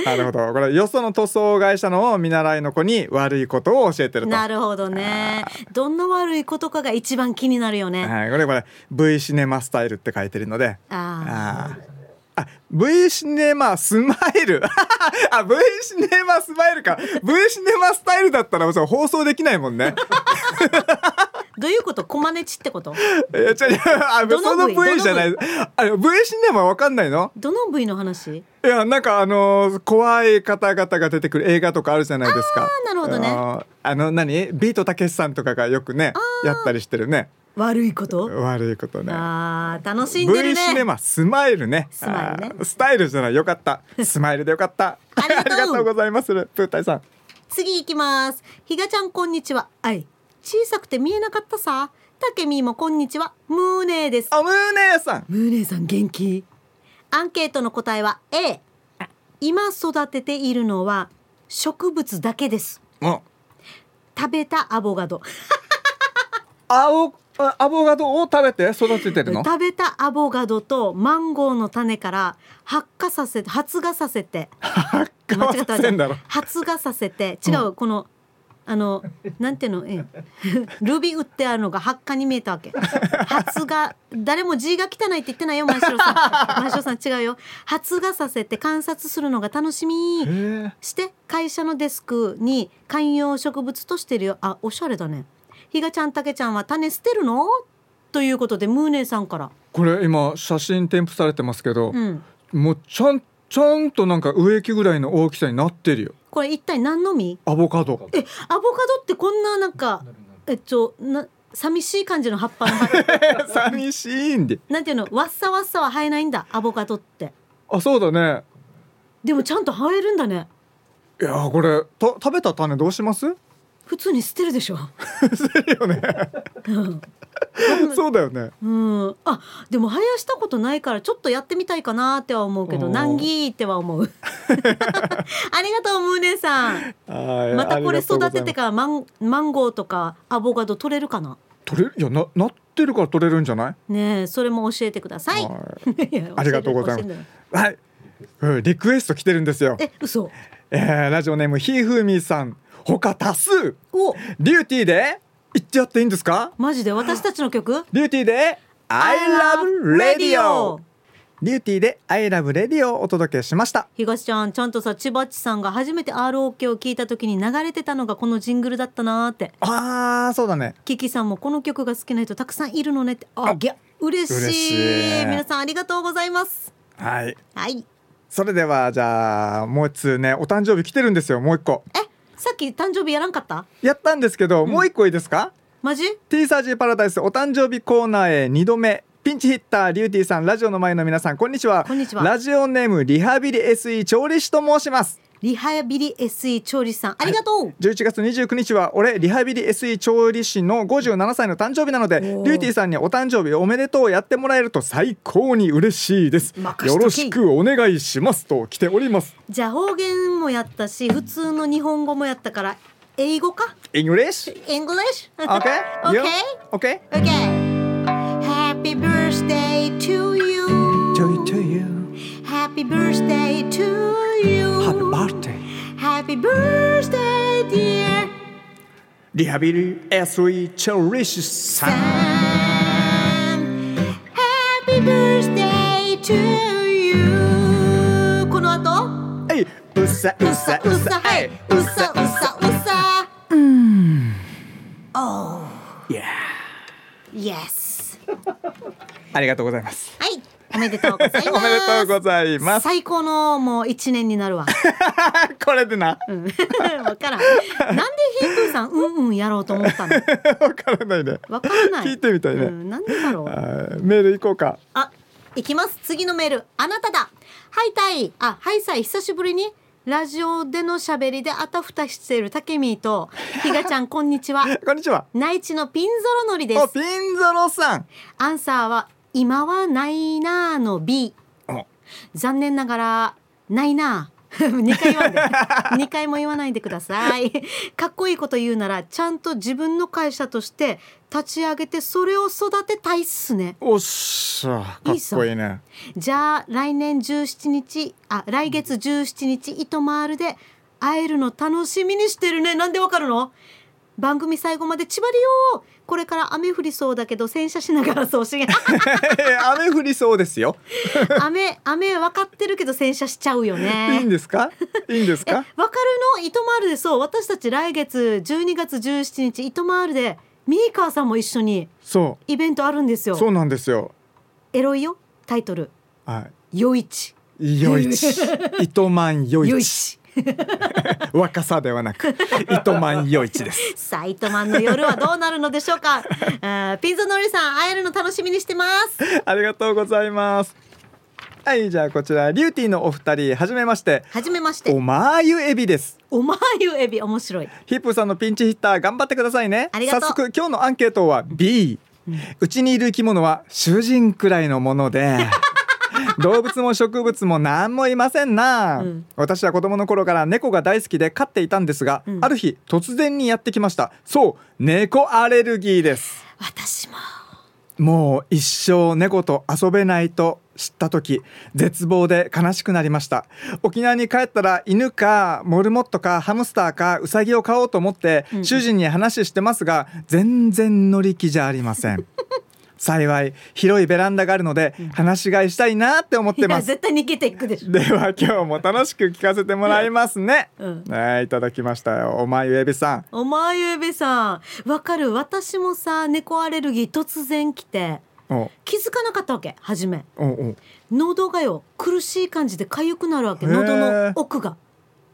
なるほどこれよその塗装会社の見習いの子に悪いことを教えてると
なるほどねどんな悪いことかが一番気になるよね
はい、これこれ V シネマスタイルって書いてるので
あ
あーあ V シネマスマイル あ V シネマスマイルか V シネマスタイルだったらそう放送できないもんね
ーどういうことコマネチってこと
いや違う違うあ
ど
その
の V？
V じゃないあれ V シネマわかんないの
どの部位の話
いやなんかあのー怖い方々が出てくる映画とかあるじゃないですか
あーなるほどね
あのーあの何ビートたけしさんとかがよくねやったりしてるね
悪いこと
悪いことね
あー楽しんでる
V シネ
ね
マスマイルね
スマイルね
あースタイルじゃないよか ったスマイルでよかった
ありがとう
あございますプータイさん
次行きますひがちゃんこんにちはあい小さくて見えなかったさたけみーもこんにちはムーネーです
あムーネーさん
ムーネーさん元気アンケートの答えは A 今育てているのは植物だけです
あ
食べたアボガド
青あアボカドを食べて育ててるの
食べたアボガドとマンゴーの種から発芽させ発芽させて間違った
変わってんだろ
発芽させて違う、このあのなんていうの、え えルビー打ってあるのが発芽に見えたわけ発芽誰も字が汚いって言ってないよ前城さん前城さん違うよ発芽させて観察するのが楽しみ
へえ
して会社のデスクに観葉植物としてるよあおしゃれだねひがちゃんたけちゃんは種捨てるのということでムーネーさんから
これ今写真添付されてますけど、
うん
もうちゃんちゃんとなんか植木ぐらいの大きさになってるよ
これ一体何の実
アボカ ド
えアボカドってこんななんか
なるなる
えっとな寂しい感じの葉っ ぱの
寂しいんで
なんていうのわっさわっさは生えないんだアボカドって
あそうだね
でもちゃんと生えるんだね
いやーこれた食べた種どうします
普通に捨てるでしょ
よねそうだよね
うんあでも生やしたことないからちょっとやってみたいかなっては思うけど
おー
難儀っては思う ありがとうムーネさん
はい
またこれ
ありがとうござ
育て
いま
て
す
からマンマンゴーとかアボカド取れるかな
取れるいやななってるから取れるんじゃない
ねえそれも教えてください。
はい
いや
ありがとうございます
教えて教
はい、うんリクエスト来てるんですよ
えてえ嘘。
えーラジオネームひーふーみーさん他多数
お
リューティーで言っちゃっていいんですか
マジで私たちの曲
リューティーで I love radio リューティーで I love radio をお届けしました
東ちゃんちゃんとさ千葉っちさんが初めて ROK を聞いた時に流れてたのがこのジングルだったなーって
あーそうだね
キキさんもこの曲が好きな人たくさんいるのねってあ
あ
ぎゃ嬉しい
嬉しい
皆さんありがとうございます
はい
はい
それではじゃあもう一通ねお誕生日来てるんですよもう一個
えさっき誕生日やらんかった
やったんですけど、もう一個いいですか
マジ
T サージパラダイスお誕生日コーナーへ2度目ピンチヒッターリューティーさんラジオの前の皆さんこんにちは
こんにちは
ラジオネームリハビリ SE 調理師と申します
リハビリ SE 調理師さんありがとう、
11月29日は俺リハビリ SE 調理師の57歳の誕生日なのでリ
お
ュ
ー
ーティーさんにお誕生日おめでとうをやってもらえると最高に嬉しいです
任しとけ
よろしくお願いしますと来ております
じゃあ方言もやったし普通の日本語もやったから英語か
English?
English?
Okay? You?
Okay?
Okay?
Okay. Happy birthday to you.
Joy to you
Happy birthday to you.
Happy birthday
Happy birthday, dear
リハビリ SE 調理師さん
Sam. Happy birthday to you. この後、
えいうさう
うさ
さ
う
う
さ
さ
はい、うさうさうさ。
いや
Yes.
ありがとうございます
はい、おめでとうございます。
おめでとうございます
最高のもう一年になるわ。
これでな
うん、わからん。なんでヒープーさん、うんうんやろうと思った の。
わからないね
わからない。
聞いてみたいね
うん、なんでだろう。
あーメール行こうか
あ、いきます。次のメール、あなただ。はい、たい、あ、はいさい、久しぶりに。ラジオでの喋りであたふたしているたけみーと。ひがちゃん、こんにちは。
こんにちは
内地のピンゾロのりで
お
す。
ピンゾロさん
アンサーは今はないなーの B
お
残念ながらないなー 2回言わんで2回も言わないでくださいかっこいいこと言うならちゃんと自分の会社として立ち上げてそれを育てたいっすね
おっしゃかっこいいね
じゃあ来年17日あ来月17日糸回るで会えるの楽しみにしてるねなんでわかるの番組最後まで千葉りよーこれから雨降りそうだけど洗車しながら 送信
雨降りそうですよ
雨雨分かってるけど洗車しちゃうよ
いいん
ね。
ですかいいんです
え
か
分かるの糸満るでそう私たち来月12月17日糸満るでミーカーさんも一緒に
そ
イベントあるんです
う
よ。
そうなんですよ
エロいよタイトル
は
夜市
いよいち糸満よ
夜
いち
市
若さではなく糸満よいちです
さあ糸満の夜はどうなるのでしょうか。 あーピンゾノリさん会えるの楽しみにしてます。
ありがとうございます。はい、じゃあこちらリューティーのお二人、はじめまして。
はじめまして
おまゆエビです。
おまゆエビ面白い。
ヒップーさんのピンチヒッター頑張ってくださいね
ありがとう
早速今日のアンケートは B うちにいる生き物は囚人くらいのもの で動物も植物も何もいませんな、
うん
私は子供の頃から猫が大好きで飼っていたんですが、
うん
ある日突然にやってきましたそう猫アレルギーです
私も
もう一生猫と遊べないと知った時絶望で悲しくなりました沖縄に帰ったら犬かモルモットかハムスターかウサギを飼おうと思って
うん
主人に話してますが全然乗り気じゃありま せん幸い広いベランダがあるので話し飼いしたいなって思っ
い
て
や
ます
絶対逃げていくでしょ。
では今日も楽しく聞かせてもらいますね、
うん
はいいただきましたよお前ゆえびさん
おまゆエビさんわかる私もさ猫アレルギー突然来て。
お
気づかなかったわけ初め
おお
喉がよ苦しい感じで痒くなるわけ
へー
喉の奥が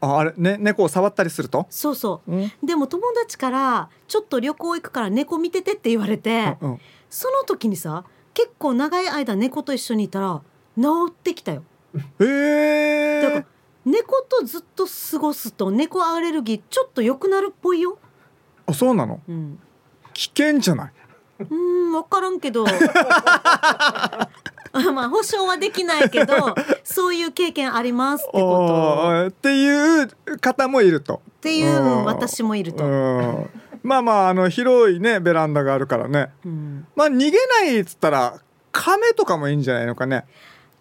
ああれね猫を触ったりすると
そうそ
うん
うでも友達からちょっと旅行行くから猫見ててって言われて
うん
その時にさ結構長い間猫と一緒にいたら治ってきたよ
へ
だから
え
猫とずっと過ごすと猫アレルギーちょっと良くなるっぽいよ
あそうなの
うん
危険じゃないう
ーん分から んけどまあ保証はできないけどそういう経験ありますってこと
あーっていう方もいると。って
いう私もいると
うんまあまああの広いねベランダがあるからね
うん、
まあ逃げないっつったら亀とかもいいんじゃないのかね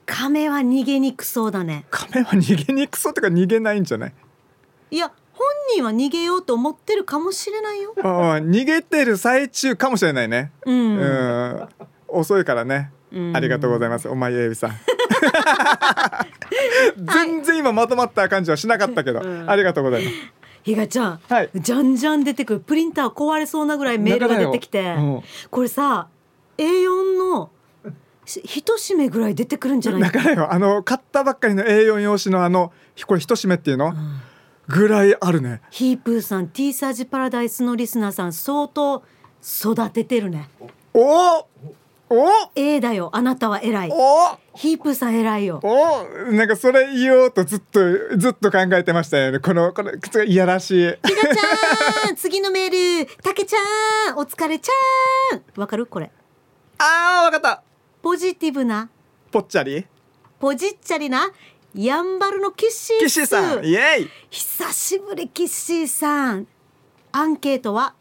カメは逃げにくそうだね
亀は逃げにくそうとか逃げないんじゃない
いや本人は逃げようと思ってるかもしれないよ
ああ逃げてる最中かもしれないね
う、
うんん遅いからね
うん
ありがとうございますお前エビ さん全然今まとまった感じはしなかったけど、
うん
ありがとうございます
ひがちゃん
はい
じゃんじゃん出てくるプリンター壊れそうなぐらいメールが出てきて、
うん
これさ A4 のし一締めぐらい出てくるんじゃない
だからよあの買ったばっかりの A4 用紙のあのこれ一締めっていうの、ぐらいあるね
ヒープーさん T サージパラダイスのリスナーさん相当育ててるね
おおお
A だよあなたは偉い
お
ヒープーさん偉いよ
おなんかそれ言おうとずっとずっと考えてましたよねこのこの靴がいやらしい
ひがちゃん次のメールたけちゃんお疲れちゃんわかるこれ
あーわかった
ポジティブな
ぽっちゃり
ポジッチャリなやんばるのキッシーっす
岸さんイエイ
久しぶりキッシーさんアンケートは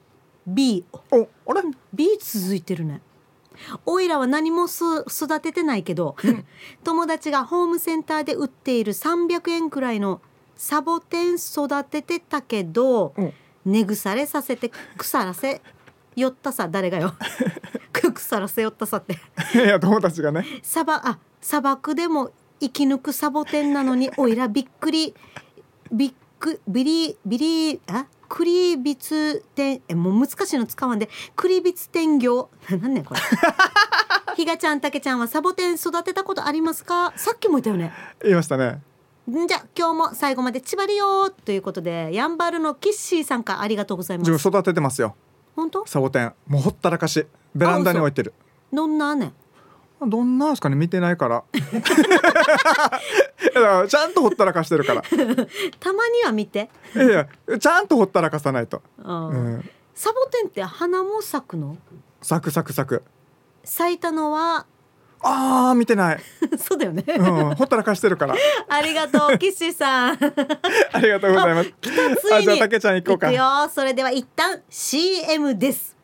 B
おあれ
B 続いてるねおいらは何もす育ててないけど、友達がホームセンターで売っている300円くらいのサボテン育ててたけど、
うん
根腐れさせて腐らせよったさ誰が よく腐らせよったさって
い や友達がね
砂漠あ砂漠でも生き抜くサボテンなのに おいらびっくりびっくビリビリあクリビツテンえもう難しいの使わんでクリビツテン業 なんねんこれひがちゃんたけちゃんはサボテン育てたことありますかさっきも言ったよね
言いましたね
んじゃ今日も最後までちばりよということでやんばるのキッシーさんからありがとうございま
自
す
分育ててますよ
本当
サボテンもうほったらかしベランダに置いてる
どんなねん
どんなんですかね見てないから いやだからちゃんとほったらかしてるから
たまには見て、
いやいやちゃんとほったらかさないと、
うん
うん、
サボテンって花も咲くの
サクサクサク
咲いたのは
あー見てない、
そうだよね、
うん、ほったらかしてるから
ありがと う、キッシーさん。来た
ありがとうございます
ついに。
あじゃあたけちゃん行こうか
くよ、それでは一旦 CM です。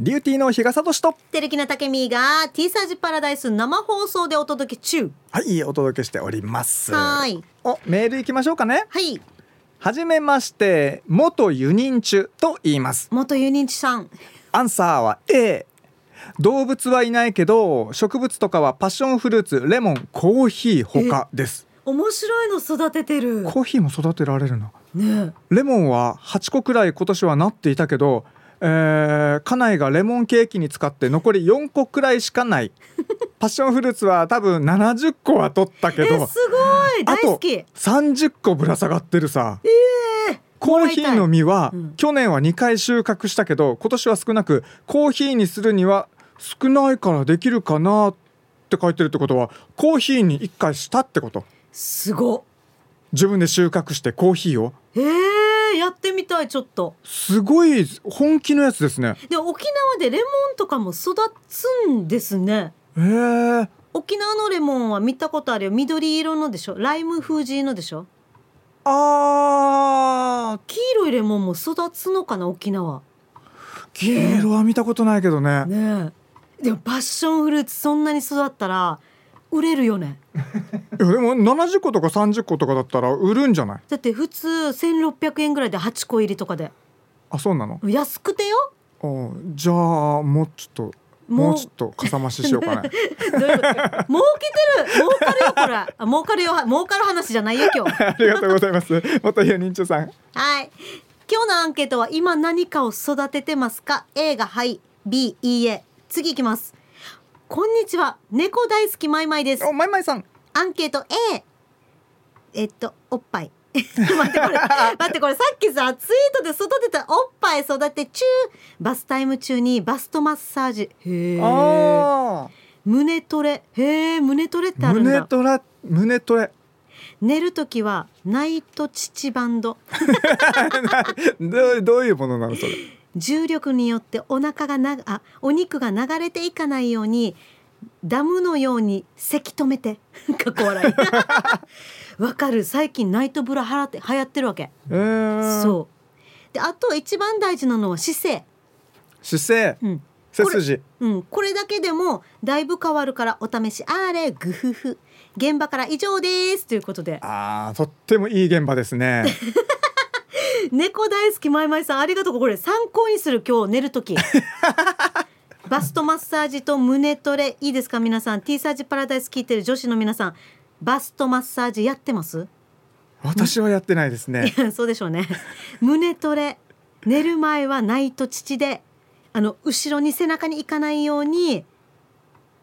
リューティーの日傘としと
てるきなたけみーが T サージパラダイス生放送でお届け中。
はいお届けしております
はーい。
おメール行きましょうかね
はい。
はじめまして元輸人中と言います
元ユニンチさん。
アンサーは A 動物はいないけど植物とかはパッションフルーツレモンコーヒーほかです
面白いの育ててる。
コーヒーも育てられるな
ね
レモンは8個くらい今年はなっていたけど、えー家内がレモンケーキに使って残り4個くらいしかないパッションフルーツは多分70個は取ったけ
え。え、す
ど
ごい。
あ
大好
と
き。
30個ぶら下がってるさ、コーヒーの実は
うん
去年は2回収穫したけど今年は少なくコーヒーにするには少ないからできるかなって書いてるってことはコーヒーに1回したってこと
すご。
自分で収穫してコーヒーを
ええ、やってみたい、ちょっと。
すごい本気のやつですね
で、沖縄でレモンとかも育つんですね。
へえ
沖縄のレモンは見たことあるよ。緑色のでしょ。ライム風味のでしょ。
あー
黄色いレモンも育つのかな沖縄
黄色は見たことないけどね
ねえでもパッションフルーツそんなに育ったら売れるよね
いやでも70個とか30個とかだったら売るんじゃない
だって普通1600円ぐらいで8個入りとかで
あそうなの
安くてよ
あーじゃあもうちょっと
もう
もうちょっとかさ増ししよう かね
どういうこと儲けてる儲かるよこれあ儲かるよ儲かる話じゃないよ今日
ありがとうございます元ユニンチョさん
はい今日のアンケートは今何かを育ててますか A がはい B いいえ次いきますこんにちは猫大好きマイマイです
おまいまいさん
アンケート A えっとおっぱい 待っ てこれ待ってこれさっきさツイートで育てたおっぱい育て中バスタイム中にバストマッサージへえ
あ
胸トレへえ胸トレってあ
ー
るん
胸
だ
トラ 胸トレ
寝る時はナイト乳バンド
どうどういうものなのそれ
重力によってお腹がなあお肉が流れていかないようにダムのようにせき止めて かっこ笑 いわかる最近ナイトブラはらって流行ってるわけ
えー、う
そうであと一番大事なのは姿勢、
姿勢
うん
背筋
うん、これだけでもだいぶ変わるからお試しあれグフフ現場から以上ですということで
あーとってもいい現場ですね
猫大好きまいまいさんありがとうこれ参考にする今日寝る 時バストマッサージと胸トレいいですか皆さん T サージパラダイス聞いてる女子の皆さんバストマッサージやってます
私はやってないですね
い やそうでしょうね胸トレ寝る前はナイト乳であの後ろに背中に行かないように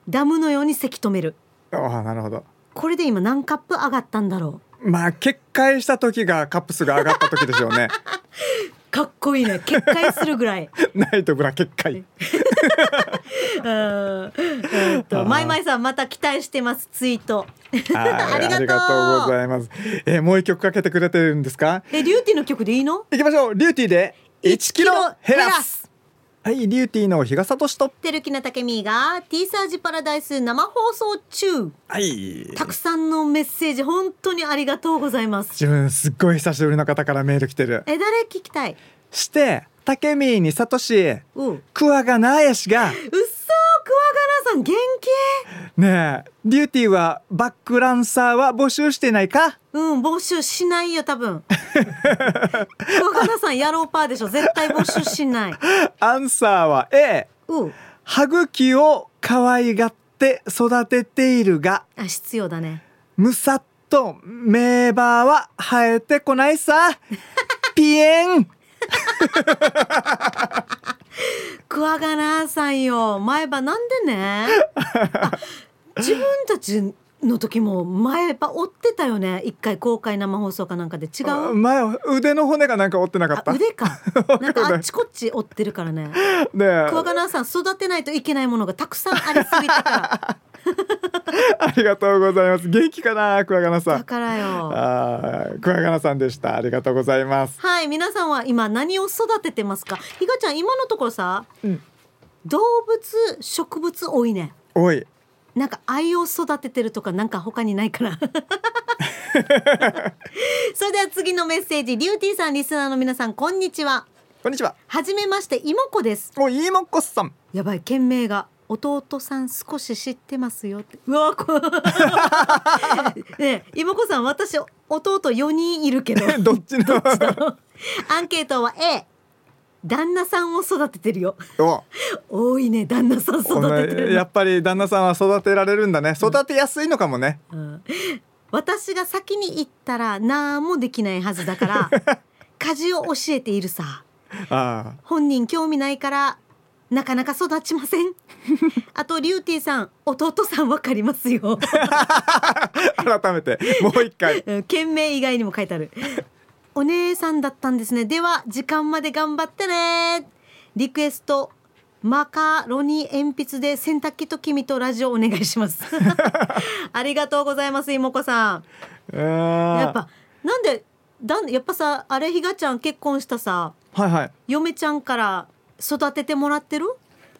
ダムのようにせき止める
ああなるほど
これで今何カップ上がったんだろ
まあ決壊した時がカップ数が上がった時でしょう ね
うかっこいいね決壊するぐらい
ナイトブラ決壊
うんうん
あ
と
ー
まいまいさんまた期待してますツイート
はい
あ
あ
り
り
が
が
とう
とうございますえーもう一曲かけてくれてるんですか
えリューティーの曲でいいの
行きましょうリューティーで1キロ減らすはいリューティーの比嘉聡と
てるきなたけみーが T サージパラダイス生放送中
はい
たくさんのメッセージ本当にありがとうございます
自分すっごい久しぶりの方からメール来てる
え誰聞きたい
してタケミーにサトシ
うん
クワガナエシが
うっそークワガラさん元気
ねえリューティーはバックランサーは募集してないか
うん募集しないよ多 分クワガラさん野郎パーでしょ絶対募集し ない
アンサーは A
うん
歯茎を可愛がって育てているが
あ必要だね
むさっとメーバーは生えてこないさピエン
クワガラさんよ前歯なんで ねあ自分たちの時も前歯折ってたよね一回公開生放送かなんかで違
あ
う
前腕の骨がなんか折ってなかっ
あ
たね
腕 かなんかあっちこっち折ってるからね
え
クワガラさん育てないといけないものがたくさんありすぎた から
ありがとうございます元気かなクワガナさ
だ
ん
からよ
あークワガナさんでしたありがとうございます
はい皆さんは今何を育ててますかひがちゃん今のところさ、
うん
動物植物多いね
おい
なんか愛を育ててるとかなんか他にないから それでは次のメッセージリューティーさんリスナーの皆さんこんにちは
こんにちは
はじめましていもこです
おいいもっこさん
やばい件名が弟さん少し知ってますよってうわ こねえいもこさん私弟4人いるけど
どっちの
アンケートは A 旦那さんを育ててるよ
お
多いね旦那さん育てて
お
るの
やっぱり旦那さんは育てられるんだね育てやすいのかもね、
うん私が先に行ったら何もできないはずだから 家事を教えているさ
あ
本人興味ないからなかなか育ちませんあとリューティーさん弟さんわかりますよ
あ改め てもう一回
うん件名以外にも書いて あるお姉さんだったんですねでは時間まで頑張ってねリクエストマカロニ鉛筆で洗濯機と君とラジオお願いします ありがとうございますいもこさんや
や
っぱなんでだんやっぱさあれひがちゃん結婚したさ
はいはい
嫁ちゃんから育ててもらってる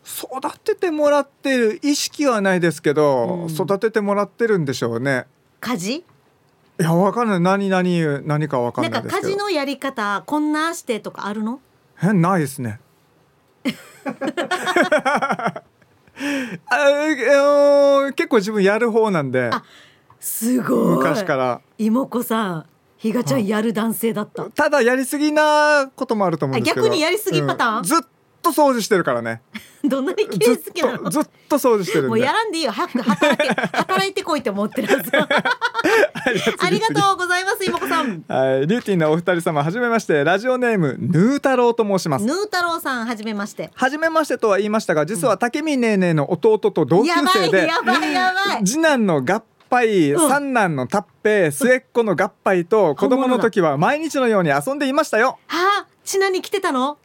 育ててもらってる意識はないですけど、
うん
育ててもらってるんでしょうね
家事
いやわかんない何何何かわか
なんん
ない
か
です
家
けど
事のやり方こんなしてとかあるの
えないです ねあえー結構自分やる方なんです
ごい
昔から
妹子さんひがちゃんやる男性だった、
ただやりすぎなこともあると思うんですけど
あ逆にやりすぎパターン
うんずっと掃除してるからね
どんなに気
ずっ
づけな
と
の
ずっと掃除してるん
もうや
で
らんでいいよ早く 働け働いてこいって思ってるはずありがとうございます妹子さん
はい、リューティンのお二人様はじめましてラジオネームヌー太郎と申します
ヌー太郎さんはじめまして
初めましてとは言いましたが実は竹見ねーねーの弟と同級
やば
生
い
で
やばいやばい
次男の合杯、
うん
三男のたっぺ末っ子の合杯と子供の時は毎日のように遊んでいましたよ、
はあ、チナに来てたの。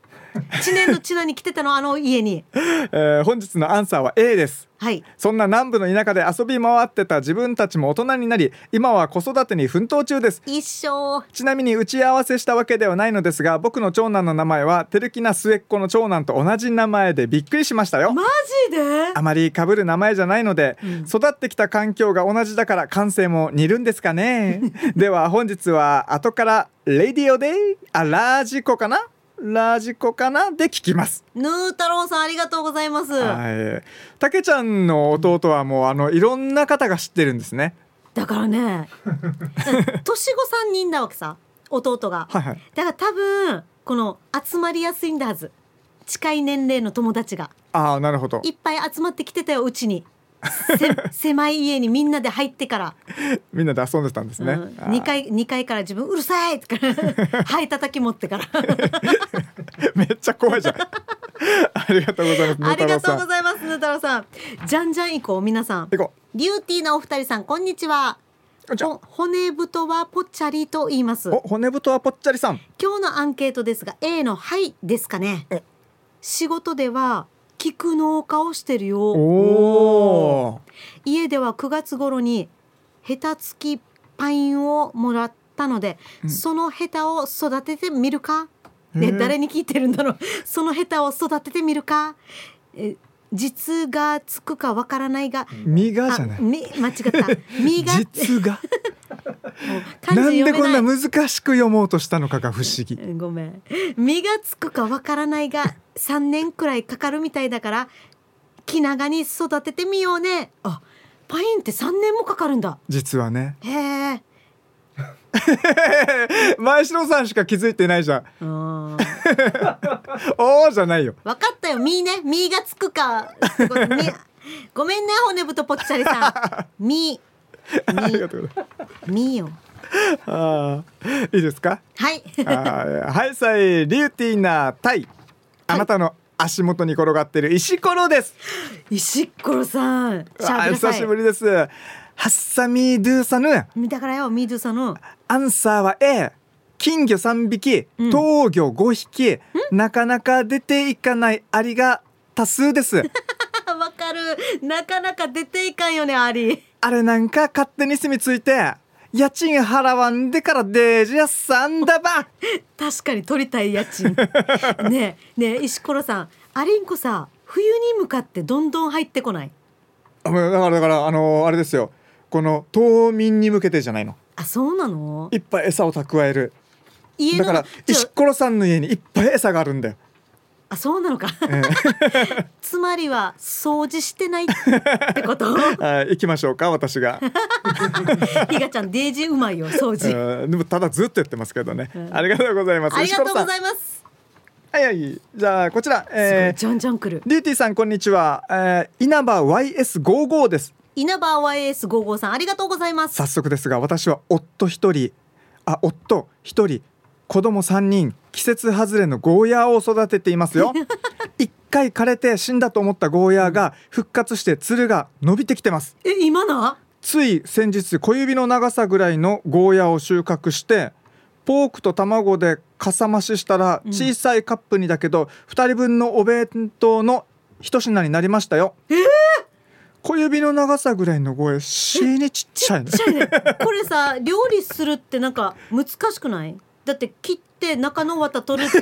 知念のチナに来てたの、あの家に。
えー本日のアンサーは A です
はい。
そんな南部の田舎で遊び回ってた自分たちも大人になり今は子育てに奮闘中です
一生。
ちなみに打ち合わせしたわけではないのですが僕の長男の名前はテルキナ末っ子の長男と同じ名前でびっくりしましたよ
マジで。
あまり被る名前じゃないので、
うん
育ってきた環境が同じだから感性も似るんですか ねでは本日は後からレディオであラージコかなラジコかなで聞きます。
ヌー太郎さんありがとうございます。
はい。たけちゃんの弟はもうあのいろんな方が知ってるんですね。
だからね、年子三人なわけさ、弟が。
はいはい。
だから多分この集まりやすいんだはず。近い年齢の友達が
ああなるほど
い。っぱい集まってきてたようちに。 せ狭い家にみんなで入ってから、
みんなで遊んでたんですね。
うん
あー
2。階二階から自分うるさ いとかハエ叩き持ってから
めっちゃ怖いじゃん。 ありがとうございます。
ありがとうご
い
ざいますヌー太郎さんじゃんじゃん行こう皆さん
行こ
リューティーなお二人さんこんにちは
う。こんにちは
ほ骨太はぽっちゃりと言います
お骨太はぽっちゃりさん。
今日のアンケートですが A の「はい」ですかね
お
仕事では菊農家をしてるよ
おお
家では9月頃にヘタ付きパインをもらったので、
うん
そのヘタを育ててみるか、
ー。
ね、誰に聞いてるんだろう そのヘタを育ててみるかえ実がつくかわからないが
身が
あ
じゃない。
み間 違った実が
実が。
漢
なん
字
で
読
こ
め
ん
な
ない難しく読もうとしたのかが不思議。
ごめん実がつくかわからないが3年くらいかかるみたいだから気長に育ててみようねあパインって3年もかかるんだ
実はね。
へえ
前城さんしか気づいてないじゃん。
うん
おおじゃないよ。
わかったよ実ね実がつくかってことみ ごめんね骨太ぽっちゃりさん実
ありがとうございます。
実よ
あーいいですか。
はい
あーはい、さい、リューティーなタイ。あなたの足元に転がってる石ころです。
石っころさんしゃ
あー
べりなさ
久
い
しぶりです。ハッサミドゥサヌ。
だからよミードゥさんの
アンサーは A 金魚3匹
うん
闘魚5匹、なかなか出ていかないアリが多数です
あわかるなかなか出ていかんよねアリ
あれなんか勝手に住み着いて家賃払わんでからデージャサンダバ
確かに取りたい 家賃ねえねえ石ころさんアリンコさ冬に向かってどんどん入ってこない
あもうだからだからあのーあれですよこの冬眠に向けてじゃないの
あそうなの
いっぱい餌を蓄える
家
だ
の
から
ちょ
石ころさんの家にいっぱい餌があるんだよ、
あそうなのか
え
つまりは掃除してないってこと
えはい行きましょうか私 が、
ひがちゃんデージうまいよ掃
え
除
ーでもただずっとやってますけどね、
うん
ありがとうございます
ありがとう
石ころさ
ご
ん
ざいます
はいはい。じゃあこちら、
すご
え
いじゃんじゃん来る
ー、リューティさんこんにちは。えー、稲葉 YS55 です。
稲葉 YS55 さんありがとうございます
早速ですが、私は夫一人、あ夫一人、子供三人、季節外れのゴーヤーを育てています よ。一回枯れて死んだと思ったゴーヤーが復活してつるが伸びてきてます。
え今な
つい先日小指の長さぐらいのゴーヤを収穫してポークと卵でかさ増ししたら
うん
小さいカップにだけど2人分のお弁当の一品になりましたよ、小指の長さぐらいのゴーヤ死にちっちゃいの
ちっちゃいねこ れさ料理するってなんか難しくないだって切って中の綿取るって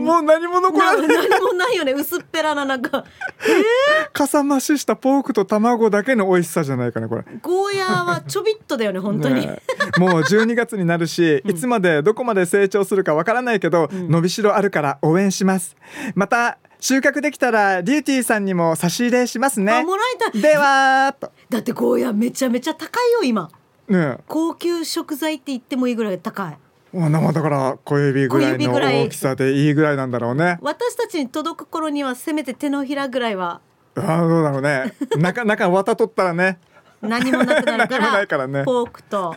もう何も残
な
らない
何もないよね薄っぺらななんか
かさ増ししたポークと卵だけの美味しさじゃないかなこれ
ゴーヤーはちょびっとだよね本当に、
ねえもう12月になるし、いつまでどこまで成長するかわからないけど、
ん
伸びしろあるから応援しますまた収穫できたらリューティーさんにも差し入れします
あ
ね
もらいたい
ではと、
だってゴーヤーめちゃめちゃ高いよ今
ね
高級食材って言ってもいいぐらい高い
え、まあ生だから小指ぐらい
小指
の
ぐらい
大きさでいいぐらいなんだろうね
私たちに届く頃にはせめて手のひらぐらいは
ああどうだろうね中中綿取ったらね
何もなくなる か
何もな
ら
いからね
ポークと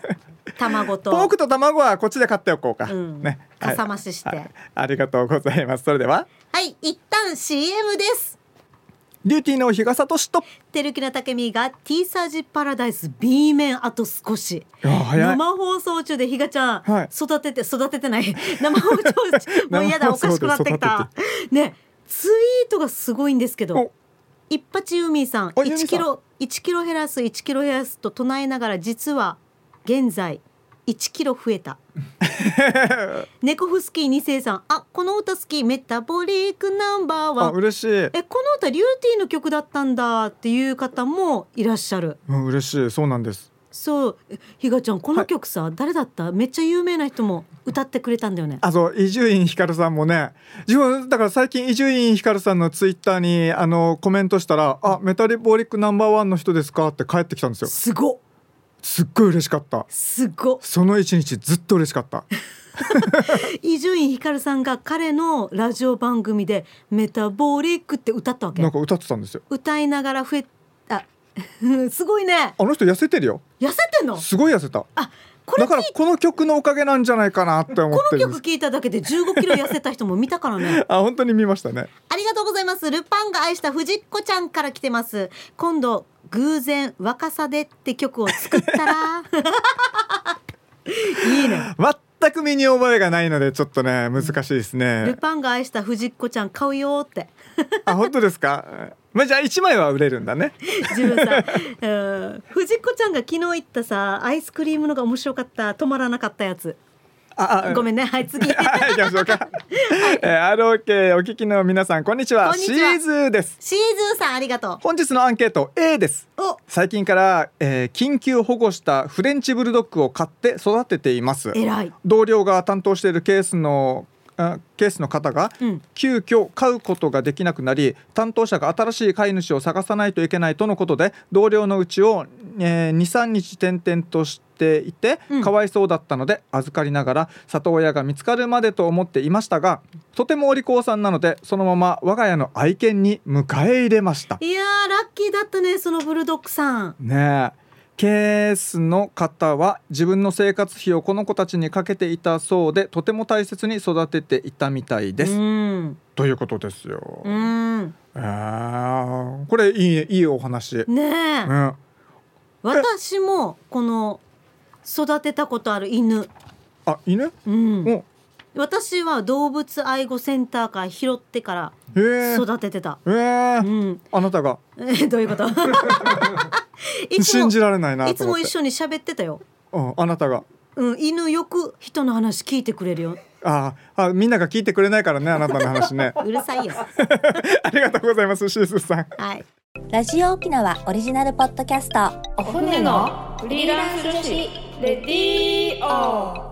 卵 と
ポークと卵はこっちで買っておこうか、
うん
ね
かさ増しして
はいありがとうございますそれでは
はい一旦 CM です
リューティーの日傘としと
てるきなたけみが T サージパラダイス B 面あと少し
いや早い
生放送中でひがちゃん、
はい
育てて育ててない 生 放送中もう嫌だお
生
か
放送
しく
で
なってきたねツイートがすごいんですけど
お
一八ユーミーさん
あユーミーさん
1キロ1キロ減らす1キロ減らすと唱えながら実は現在1キロ増え た猫フスキー2世さんあこの歌好きメタボリックナンバーワ
あ
ン
嬉しい
えこの歌リューティーの曲だったんだっていう方もいらっしゃる
うん、嬉しいそうなんです
そうえひがちゃんこの曲さ、誰だっためっちゃ有名な人も歌ってくれたんだよね
あそう伊集院光さんもね自分だから最近伊集院光さんのツイッターにあのコメントしたら「あメタリボリックナンバーワンの人ですか?」って返ってきたんですよ
すごっ
すっごい嬉しかった
すごっ
その一日ずっと嬉しか った
伊集院光さんが彼のラジオ番組で「メタボリック」って歌ったわけ
なんか歌ってたんですよ
歌いながら増えあ すごいね
あの人痩せてるよ
痩せてんの
すごい痩せた
あこれ
だ
こ
からこの曲のおかげなんじゃないかなって思って
の
るん
曲
です
聴いただけで15キロ痩せた人も見たからね
あ本当に見ましたね
ありがとうございます。ルパンが愛した藤子ちゃんから来てます。今度、偶然、若さでって曲を作ったら。いいね。
全く身に覚えがないのでちょっとね難しいです
ル
ね
パンが愛した藤子ちゃん買うよって。
あ本当ですかまあじゃあ一枚は売れるんだね
自分さ、うん藤子ちゃんが昨日言ったさ、アイスクリームのが面白かった、止まらなかったやつ。
ああ
ごめんね、は い、次。
はい、行きましょうか。えー、ROK お聞きの皆さん、こんにちは。
こんに
シ
ちは
ーズーです。
シーズーさん、ありがと
本日のアンケート A です。
う。お、
最近から、えー緊急保護したフレンチブルドッグを買って育てています。
偉い。
同僚が担当しているケースのあケースの方が
うん
急遽飼うことができなくなり担当者が新しい飼い主を探さないといけないとのことで同僚のうちを、えー23日転々としていて
うん
かわいそうだったので預かりながら里親が見つかるまでと思っていましたがとてもお利口さんなのでそのまま我が家の愛犬に迎え入れました。
いやー、ラッキーだったね、そのブルドッグさん。
ねえケースの方は自分の生活費をこの子たちにかけていたそうでとても大切に育てていたみたいです、
うん。
ということですよ、
うん。
あーこれいいいいお話、
ねえ
う。ん、
私もこの育てたことある犬、
あ犬
うん
おへ
私は動物愛護センターから拾ってか
え
ら
ー、
育ててた、
えー
うん、
あなたが
え どういう こといつ
信
も
じられないないと
つ
思っ
も
て
一緒に喋ってたよ、
うん、あなたが
うん、犬よく人の話聞いてくれるよ
あーあみんなが聞いてくれないからねあなたの話 ね
うるさいよ
ありがとうございますシースーさん
はい
ラジオ沖縄オリジナルポッドキャスト
船のフリーランス女子レディオ